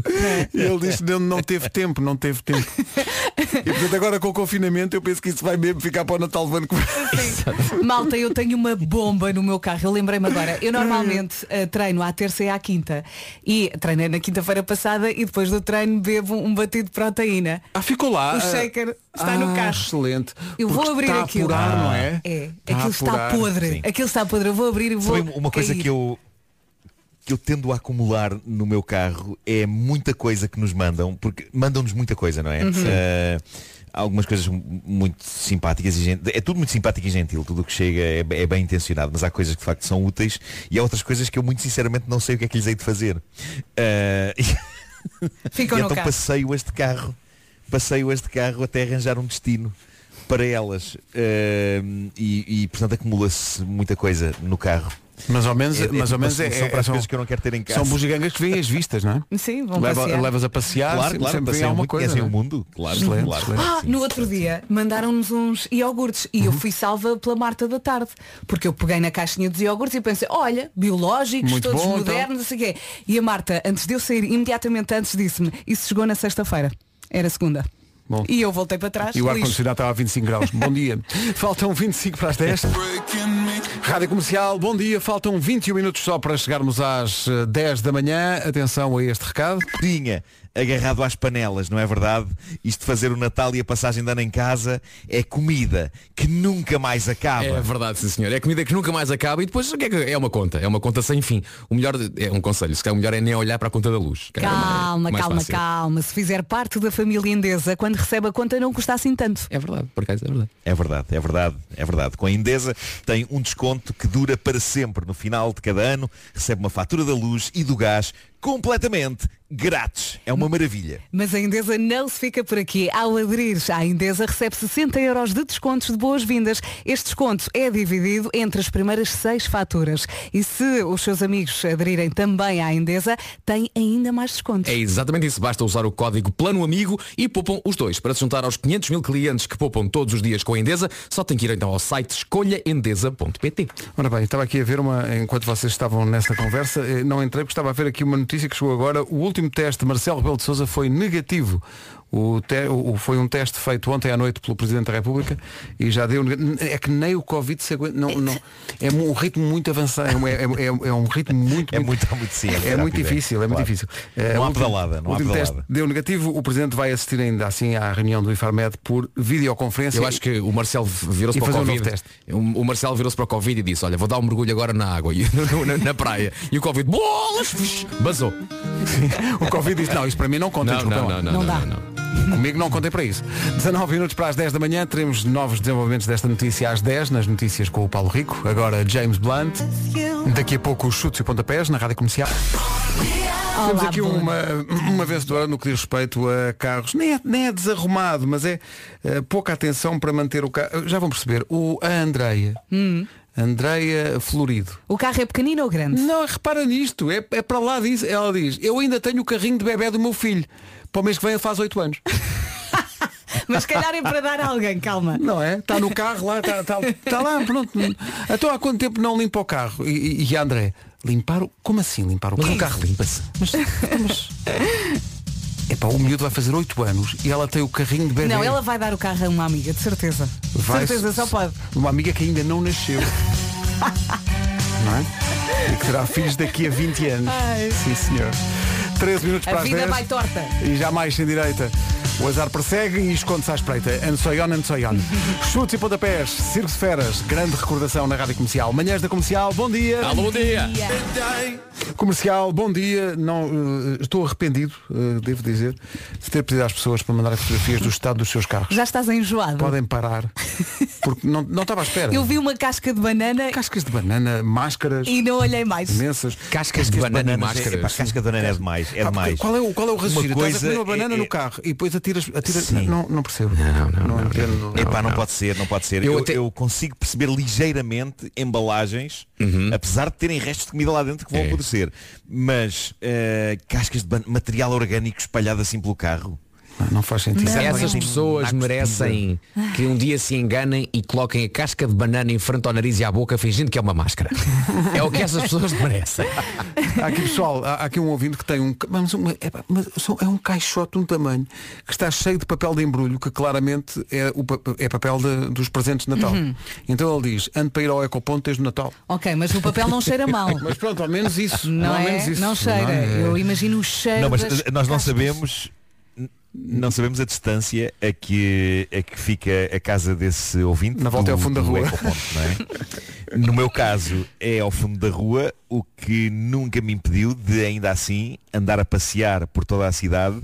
E ele diz, não, não teve tempo, não teve tempo. E portanto agora com o confinamento eu penso que isso vai mesmo ficar para o Natal do ano que vem.
Malta, eu tenho uma bomba no meu carro. Eu lembrei-me agora. Eu normalmente eh, treino à terça e à quinta. E treinei na quinta-feira passada e depois do treino bebo um batido de proteína.
Ah, ficou lá.
O
Ah,
shaker está no
ah,
carro.
Excelente.
Eu
Porque
vou abrir
está
aquilo.
A apurar, não é?
É,
Está a
aquilo está
apurar.
podre. Aquilo está podre. Eu vou abrir e vou.
Sabe uma coisa
cair.
que eu que eu tendo a acumular no meu carro é muita coisa que nos mandam, porque mandam-nos muita coisa, não é?
Uhum.
Eh, algumas coisas mu- muito simpáticas e gen- É tudo muito simpático e gentil, tudo o que chega é, be- é bem intencionado, mas há coisas que de facto são úteis e há outras coisas que eu muito sinceramente não sei o que é que lhes hei de fazer. Eh,
Ficam
e
no
então
carro.
passeio este carro passeio este carro até arranjar um destino para elas Ahm, e, e, portanto acumula-se muita coisa no carro
Mas ao menos
É-
é,
é
mas ao
uma
menos é,
solução
é-
para as
são-
coisas que eu não quero ter em casa.
São bugigangas que vêm as vistas, não é?
Sim, vão
Leva-
passear.
Levas a passear,
claro,
sempre,
claro,
sempre vem
passeiam
alguma
muito,
coisa.
conhecem
não
o
é?
mundo claro,
Excelente,
claro.
excelente.
Ah,
Sim.
no outro dia mandaram-nos uns iogurtes e eu
Uhum.
fui salva pela Marta da Tarde, porque eu peguei na caixinha dos iogurtes e pensei, olha, biológicos,
Muito
todos
bom, então.
modernos, não sei o quê. E a Marta, antes de eu sair, imediatamente antes, disse-me, isso chegou na sexta-feira. Era segunda.
Bom.
E eu voltei para trás.
E o
lixo.
ar-condicionado estava a 25 graus. Bom dia. Faltam 25 para as 10. Rádio Comercial, bom dia. Faltam 21 minutos só para chegarmos às eh, 10 da manhã. Atenção a este recado.
Ah, tinha agarrado às panelas, não é verdade? Isto de fazer o Natal e a passagem de ano em casa é comida que nunca mais acaba.
É verdade, sim senhor. É comida que nunca mais acaba e depois o que é que é uma conta? É uma conta sem fim. O melhor é um conselho, se calhar o melhor é nem olhar para a conta da luz. Cara,
Calma,
é mais
calma,
fácil.
calma. Se fizer parte da família indesa, quando recebe a conta não custa assim tanto.
É verdade, por acaso é verdade.
É verdade, é verdade, é verdade. Com a Endesa tem um desconto que dura para sempre. No final de cada ano, recebe uma fatura da luz e do gás completamente grátis. É uma maravilha.
Mas a Indesa não se fica por aqui. Ao aderir à Indesa, recebe 60 euros de descontos de boas-vindas. Este desconto é dividido entre as primeiras seis faturas. E se os seus amigos aderirem também à Indesa, tem ainda mais descontos.
É exatamente isso. Basta usar o código Plano Amigo e poupam os dois. Para se juntar aos 500 mil clientes que poupam todos os dias com a Endesa, só tem que ir então ao site escolhaendesa.pt.
Ora bem, estava aqui a ver uma, enquanto vocês estavam nessa conversa, eh, não entrei porque estava a ver aqui uma notícia que chegou agora. O último teste de Marcelo Rebelo de Sousa foi negativo. O te- o- foi um teste feito ontem à noite pelo Presidente da República e já deu. nega- n- É que nem o Covid se aguenta. Não, não- é um ritmo muito avançado. É, um- é- é- é um ritmo muito.
É muito, é muito sim.
É, muito
rápido,
difícil, é muito
Claro.
difícil. Eh,
Não há
o último-
pedalada,
o
não há
último
pedalada.
teste deu negativo. O Presidente vai assistir ainda assim à reunião do Infarmed por videoconferência.
Eu acho que o Marcelo virou-se
E
para o
fazer um novo
Covid.
teste.
o o Marcelo virou-se para o Covid e disse, olha, vou dar um mergulho agora na água, e, na, na praia. E o Covid, bolas! Basou.
O Covid disse, não, isso para mim não conta.
Não,
desculpa
não,
lá."
não, não,
Não
não,
dá.
não, não.
Comigo não contem para isso. 19 minutos para as 10 da manhã, teremos novos desenvolvimentos desta notícia às 10, nas notícias com o Paulo Rico, agora James Blunt. Daqui a pouco os chutes e pontapés na Rádio Comercial. Temos aqui uma, uma vencedora no que diz respeito a carros. Nem é, nem é desarrumado, mas é eh, pouca atenção para manter o carro. Já vão perceber, o, a Andreia. Andreia Florido.
O carro é pequenino ou grande?
Não, repara nisto, é, é para lá disso. Ela diz, eu ainda tenho o carrinho de bebê do meu filho. Para o mês que vem ele faz 8 anos.
Mas se calhar é para dar a alguém, calma.
Não é? Está no carro lá, está está- está lá, pronto. Então há quanto tempo não limpa o carro? E, e, e André, limpar o. Como assim limpar o
Mas
carro?
o carro limpa-se.
Epá, o miúdo vai fazer 8 anos e ela tem o carrinho de bebê.
Não, ela vai dar o carro a uma amiga, de certeza. De
Vai-
certeza, só pode.
Uma amiga que ainda não nasceu. não é? E que terá filhos daqui a 20 anos.
Ai.
Sim, senhor. 13 minutos para
A
as
vida
10.
vai torta.
e jamais sem direita. O azar persegue e esconde-se à espreita. Ansoion, Ansoion. Chutes e pontapés, Circo de Feras, grande recordação na Rádio Comercial. Manhãs da Comercial, bom dia.
Alô, bom dia!
Comercial, bom dia. Não, eh, estou arrependido, eh, devo dizer, de ter pedido às pessoas para mandarem fotografias do estado dos seus carros.
Já estás enjoado.
Podem parar, porque não, não estava à espera.
Eu vi uma casca de banana
Cascas de banana, máscaras
e não olhei mais.
imensas.
Cascas de banana e
Bananas, é, pá,
máscaras.
casca de banana é demais, é
Ah, porque
demais.
Qual é o, qual é o raciocínio?
Uma
Estás a comer
coisa
uma banana
é-
no carro e depois atiras. atiras
Sim.
não, não percebo. Não, não, é entendo.
Epá, não, pode ser, não pode ser.
Eu
Eu,
até-
eu consigo perceber ligeiramente embalagens, apesar de terem restos de comida lá dentro que vão
É.
apodrecer. Mas eh, cascas de ban- material orgânico espalhado assim pelo carro.
Não, não faz sentido.
Não.
Essas
Tem
pessoas
nacos de
merecem que um dia se enganem e coloquem a casca de banana em frente ao nariz e à boca fingindo que é uma máscara. É o que essas pessoas merecem.
Há aqui pessoal, há, há aqui um ouvinte que tem um. ca- Mas, uma- epá, mas são- é um caixote de um tamanho que está cheio de papel de embrulho, que claramente é, o, pa- é papel de- dos presentes de Natal.
Uhum.
Então ele diz, ande para ir ao Ecoponto desde o Natal.
Ok, mas o papel não cheira mal.
Mas pronto, ao menos isso.
Não
ao
é?
menos isso.
Não cheira.
é? eh,
Eu imagino o cheiro.
Não, mas eh,
das
nós não
cascas.
sabemos. Não sabemos a distância a que, a que fica a casa desse ouvinte.
Na volta é ao fundo da
do
rua.
Ecoponto, não é? no meu caso, é ao fundo da rua, o que nunca me impediu de, ainda assim, andar a passear por toda a cidade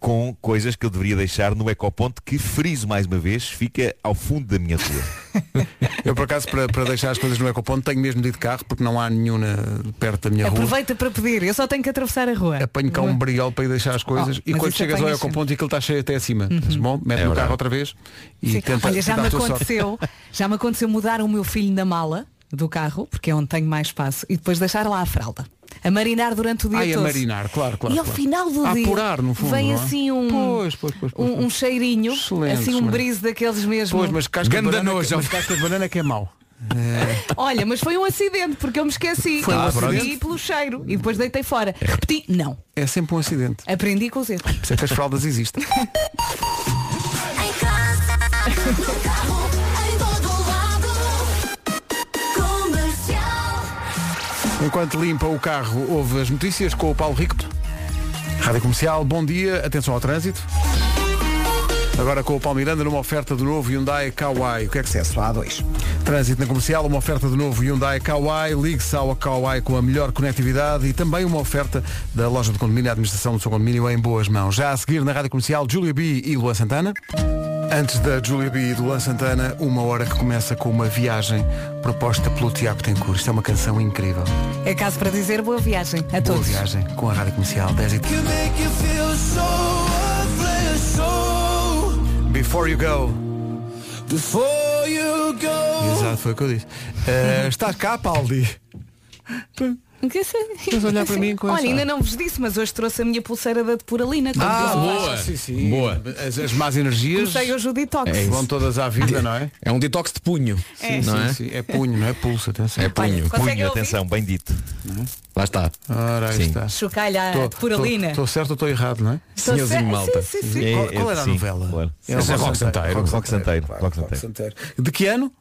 com coisas que eu deveria deixar no ecoponto que, friso mais uma vez, fica ao fundo da minha rua.
Eu, por acaso, para, para deixar as coisas no ecoponto, tenho mesmo de ir de carro, porque não há nenhum na- perto da minha rua.
Aproveita para pedir, eu só tenho que atravessar a rua.
Apanho cá um briol para ir deixar as coisas
Oh,
e
mas
quando
isso
chegas ao
apanhas sempre.
ecoponto e aquilo está cheio até acima. Mas, Bom, mete no carro outra vez e
Sim.
tenta
Olha, já
dá
me
a tua sorte.
aconteceu, já me aconteceu mudar o meu filho na mala do carro, porque é onde tenho mais espaço, e depois deixar lá a fralda. A marinar durante o dia
Ai, a
todo.
marinar, claro, claro.
e ao
claro.
final do
A
dia
apurar, no fundo,
vem
não é?
assim um,
Pois, pois, pois, pois,
um, um
pois.
cheirinho,
Excelente,
assim um
excelente.
brise daqueles mesmo.
Pois, mas casca, de
Ganda
banana,
nojo.
mas casca de banana que é mau.
Olha, mas foi um acidente, porque eu me esqueci.
tá- Foi um
Eu
acidente?
percebi pelo cheiro e depois deitei fora. Repeti, não.
É sempre um acidente.
Aprendi com os erros.
Por isso é que as fraldas existem.
Em casa, no carro, em todo lado. Comercial.
Enquanto limpa o carro, ouve as notícias com o Paulo Ricto. Rádio Comercial, bom dia, atenção ao trânsito. Agora com o Paulo Miranda numa oferta do novo Hyundai Kauai. O que é que se
Acesso à A2.
Trânsito na comercial, uma oferta do novo Hyundai Kauai, ligue-se ao Kauai com a melhor conectividade e também uma oferta da loja de condomínio e administração do seu condomínio em boas mãos. Já a seguir na rádio comercial, Julia B e Luan Santana. Antes da Julia B e do Luan Santana, uma hora que começa com uma viagem proposta pelo Tiago Tencourt. Isto é uma canção incrível.
É caso para dizer boa viagem a
Boa
todos.
viagem com a rádio comercial 10 e Before you go. Exato, foi o que eu disse. Eh, estás cá, Paldi?
O que é isso?
Mas olhar para mim com
Olha,
essa-
ainda não vos disse, mas hoje trouxe a minha pulseira da Depuralina. como disse o Vasco.
Ah, boa.
Sim, sim.
Boa.
As, as más energias
Comecei hoje o detox.
É isso.
vão todas à vida, não é?
É um detox de punho.
É.
Não é?
Sim, sim. É punho, não é pulso, atenção.
É punho.
Consegue
Punho,
ouvir?
atenção, bem dito.
Lá está.
Ora, aí
Sim.
está.
Chocalha a Depuralina.
Estou certo ou estou errado, não é?
Estou
Senhorzinho
cer-
Malta.
Sim, sim, sim.
É,
qual, qual
é,
era a
sim,
novela?
claro.
Era
Esse é Rock Santeiro.
Rock Santeiro. Rock
Rock
Santeiro.
Santeiro. é? De que ano?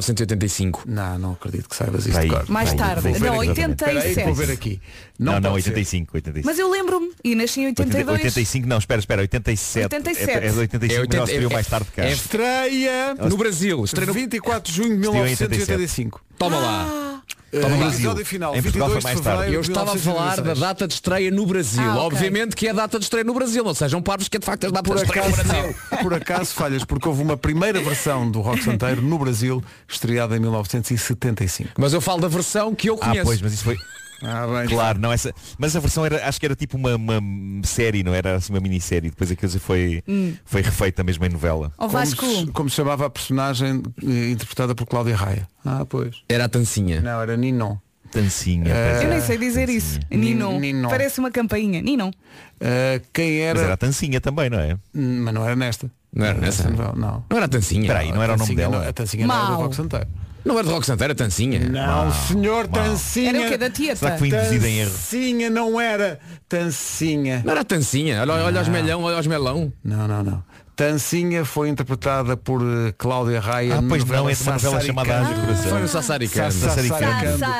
1985.
Não, não acredito que saibas isto
Está aí.
de cor.
Mais
Vou-
tarde.
vou ver
Não,
exatamente.
Espera aí, vou
87.
ver aqui. Não,
Não, não,
pode ser.
85, 85.
Mas eu lembro-me e nasci em
80,
82.
85, não, espera, espera, 87.
87.
É, é de 85,
É
é
80,
mas estreou
é-
mais tarde cá.
é-
Estreia
No Brasil. Estreia
no
no...
24 de junho de
Estreou em
1985.
Toma
Ah,
lá.
Eh,
Toma lá.
episódio final,
Em Portugal
22
foi
de
mais tarde.
fevereiro.
Eu estava a falar da
1986.
data de estreia no Brasil.
Ah, ok.
Obviamente que é a data de estreia no Brasil. Não sejam parvos que é de facto a data
Por
de estreia no
acaso,
Brasil.
não. por acaso falhas, porque houve uma primeira versão do Rock Santeiro no Brasil, estreada em 1975.
Mas eu falo da versão que eu
Ah,
conheço.
pois, mas isso foi.
Ah, bem.
Claro, não, essa. Mas a versão era, acho que era tipo uma, uma série, não era assim uma minissérie. Depois aquilo foi,
Hum.
foi refeita mesmo em novela.
Ó
Como
Oh, Vasco,
se, como se chamava a personagem eh, interpretada por Cláudia Raia? Ah, pois.
Era a Tancinha.
Não, era Ninon.
Tancinha.
Ah,
pois
eu
é.
nem sei dizer isso. Ninon.
Ninon.
Parece uma campainha. Ninon.
Eh, quem
Mas era
era...
a Tancinha também, não é?
Hum, Mas não era nesta.
Não era nessa?
novela, Não.
Não era a Tancinha.
Espera aí, não era o nome
Tancinha não-
dela.
A Tancinha não era do
Mau.
Rock Santeiro.
Não era de Rock Santana, era Tancinha.
Não, senhor Tancinha.
Era o quê? Da tieta?
Será que foi induzida em erro?
Tancinha não era Tancinha.
Não era a Tancinha. Olha, olha os melhão, olha os melão.
Não, não, não. Tancinha foi interpretada por eh, Cláudia Raia.
Ah,
na
pois não,
novela
é de uma novela
Sassaricando.
chamada Anjo
Foi no
Coração.
Sassaricano.
Sassá-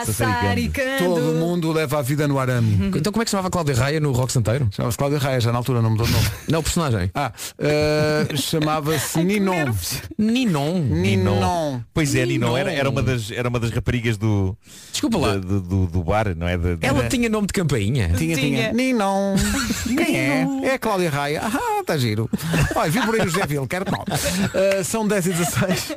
Sassaricando.
Sassaricando.
Todo mundo leva a vida no arame.
Então como é que se chamava a Cláudia Raia no Rock Santeiro?
Chamava-se Cláudia Raia, já na altura não mudou de nome.
Não, o personagem.
Ah, eh, chamava-se Ninon.
Ninon.
Ninon.
Pois é, Ninon,
Ninon.
era, era, uma das, era uma das raparigas do,
Desculpa lá.
da- do, do- do bar, não é? Da- da-
Ela tinha nome de campainha.
Tinha, tinha.
Tinha.
Ninon. Quem é? É a Cláudia Raia. Ah, está giro. Olha, vi por aí o José Vil, quero mal. Eh, são 10 e 16.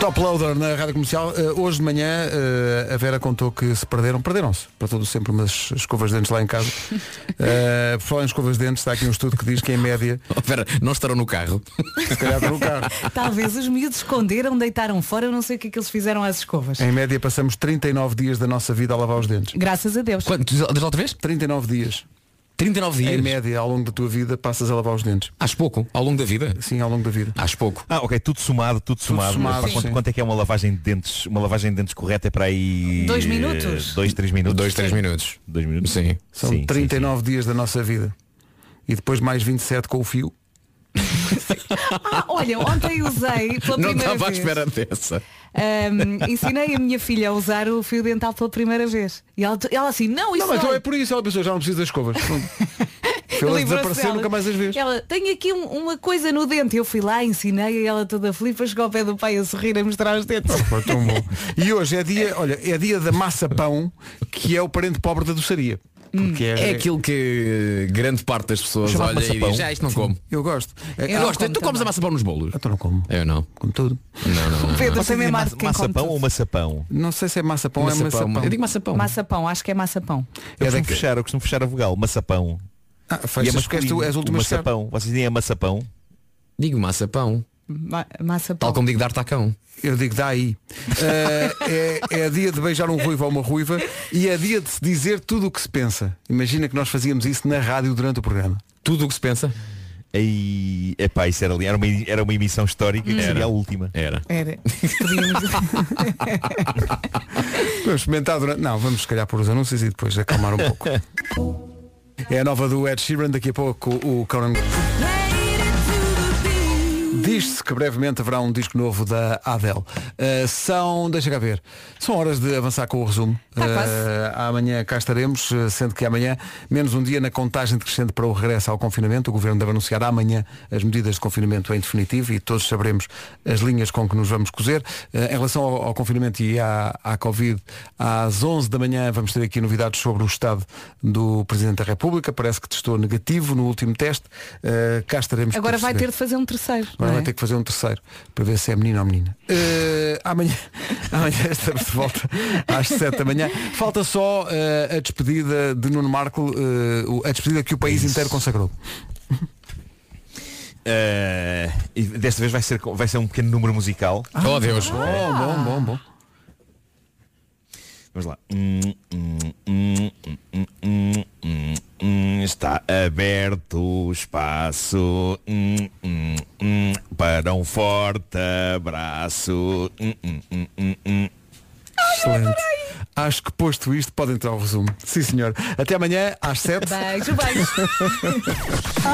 Top Loader na Rádio Comercial. Eh, hoje de manhã eh, a Vera contou que se perderam. Perderam-se. Para todo sempre umas escovas de dentes lá em casa. Eh, por falar em escovas de dentes, está aqui um estudo que diz que em média,
Oh, Espera, não estarão no carro.
se calhar está no carro,
Talvez os miúdos esconderam, deitaram fora, eu não sei o que é que eles fizeram às escovas.
em média passamos 39 dias da nossa vida a lavar os dentes.
Graças a Deus.
Quanto? Diz diz outra vez?
39 dias.
39
Em
dias.
média, ao longo da tua vida, passas a lavar os dentes.
Acho pouco, ao longo da vida.
Sim, ao longo da vida.
Acho pouco.
Ah, ok, tudo somado, tudo, somado.
somado,
Pá,
sim.
quanto, quanto é que é uma lavagem de dentes? Uma lavagem de dentes correta é para aí.
Dois minutos?
eh, Dois, três minutos.
Dois, três minutos.
Dois minutos?
Sim.
São
Sim, sim,
39 dias da nossa vida. E depois mais 27 com o fio.
Ah, olha, ontem usei pela
Não
primeira
estava à
vez.
espera dessa.
Ahm, ensinei a minha filha a usar o fio dental pela primeira vez. E ela, ela assim, não, isso
Não, mas então
dói.
é por isso, ela pensou, já não precisa das escovas. Ela
Livrou-se
desapareceu,
dela.
nunca mais as vês.
Ela tem aqui um- uma coisa no dente. Eu fui lá, ensinei e ela toda feliz, depois chegou ao pé do pai a sorrir, a mostrar os dentes.
Pô, tão bom. E hoje é dia, olha, é dia da massa pão, que é o parente pobre da doçaria.
Hum,
Porque é,
É aquilo que eh, grande parte das pessoas
Chamado
olha e
maçapão.
diz, já isto não como.
Eu gosto. É,
Eu
Eu
não
ah,
gosto,
como
tu comes
também.
a maçã pão nos bolos?
Então não como.
Eu não.
Como tudo.
Não, não.
Pedro,
Vocês
tem mesmo
dizem
ar de
massa-
quem come
maçapão
tudo.
ou maçapão?
Não sei se é massa pão ou é massa
Maçapão,
pão.
Eu digo maçapão.
Maçapão, acho que é maçapão.
Eu
É
costumo,
daqui-
fechar, eu costumo fechar a vogal, maçapão.
Ah,
é
fechas porque és tu-
masculino.
és o
o
último a chegar.
maçapão. Vocês dizem é maçapão?
Digo maçapão.
Ma maçapão.
Tal como digo dar tacão.
Eu digo, dá aí. Eh, é, é dia de beijar um ruivo ou uma ruiva e é dia de se dizer tudo o que se pensa. Imagina que nós fazíamos isso na rádio durante o programa.
Tudo o que se pensa.
Aí, epá, isso era, ali- era, uma, era uma emissão histórica que seria a última.
Era.
Era. Podíamos-
Vamos experimentar durante. Não, vamos se calhar por os anúncios e depois acalmar um pouco. É a nova do Ed Sheeran, daqui a pouco o Conan. Diz-se que brevemente haverá um disco novo da Adele. Uh, são, deixa cá ver, são horas de avançar com o resumo.
Tá
Uh,
quase.
amanhã cá estaremos, uh, sendo que amanhã, menos um dia na contagem decrescente para o regresso ao confinamento, o Governo deve anunciar amanhã as medidas de confinamento em definitivo e todos saberemos as linhas com que nos vamos cozer. Uh, em relação ao, ao confinamento e à, à Covid, às 11 da manhã vamos ter aqui novidades sobre o estado do Presidente da República. Parece que testou negativo no último teste. Uh, cá estaremos para
Agora vai
perceber.
ter de fazer um terceiro.
Agora
não
vai
é?
ter que fazer um terceiro para ver se é menino ou menina. Eh, amanhã, amanhã estamos de volta às 7 da manhã. Falta só eh, a despedida de Nuno Marco, eh, o- a despedida que o país inteiro consagrou.
Eh, e desta vez vai ser, com- vai ser um pequeno número musical.
Ah.
Oh Deus.
Bom, bom, bom, bom.
Vamos lá. Hum, hum, hum, hum, hum, hum, hum. Está aberto o espaço hum, hum, hum, para um forte abraço. Hum, hum, hum, hum, hum.
Excelente. Acho que posto isto pode entrar o resumo. Sim senhor. Até amanhã às 7.
Beijo, beijo.
Oh,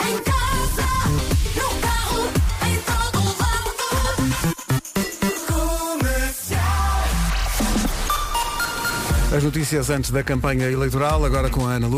Em casa, no carro, em todo lado. Comercial.
As notícias antes da campanha eleitoral, agora com a Ana Lucas.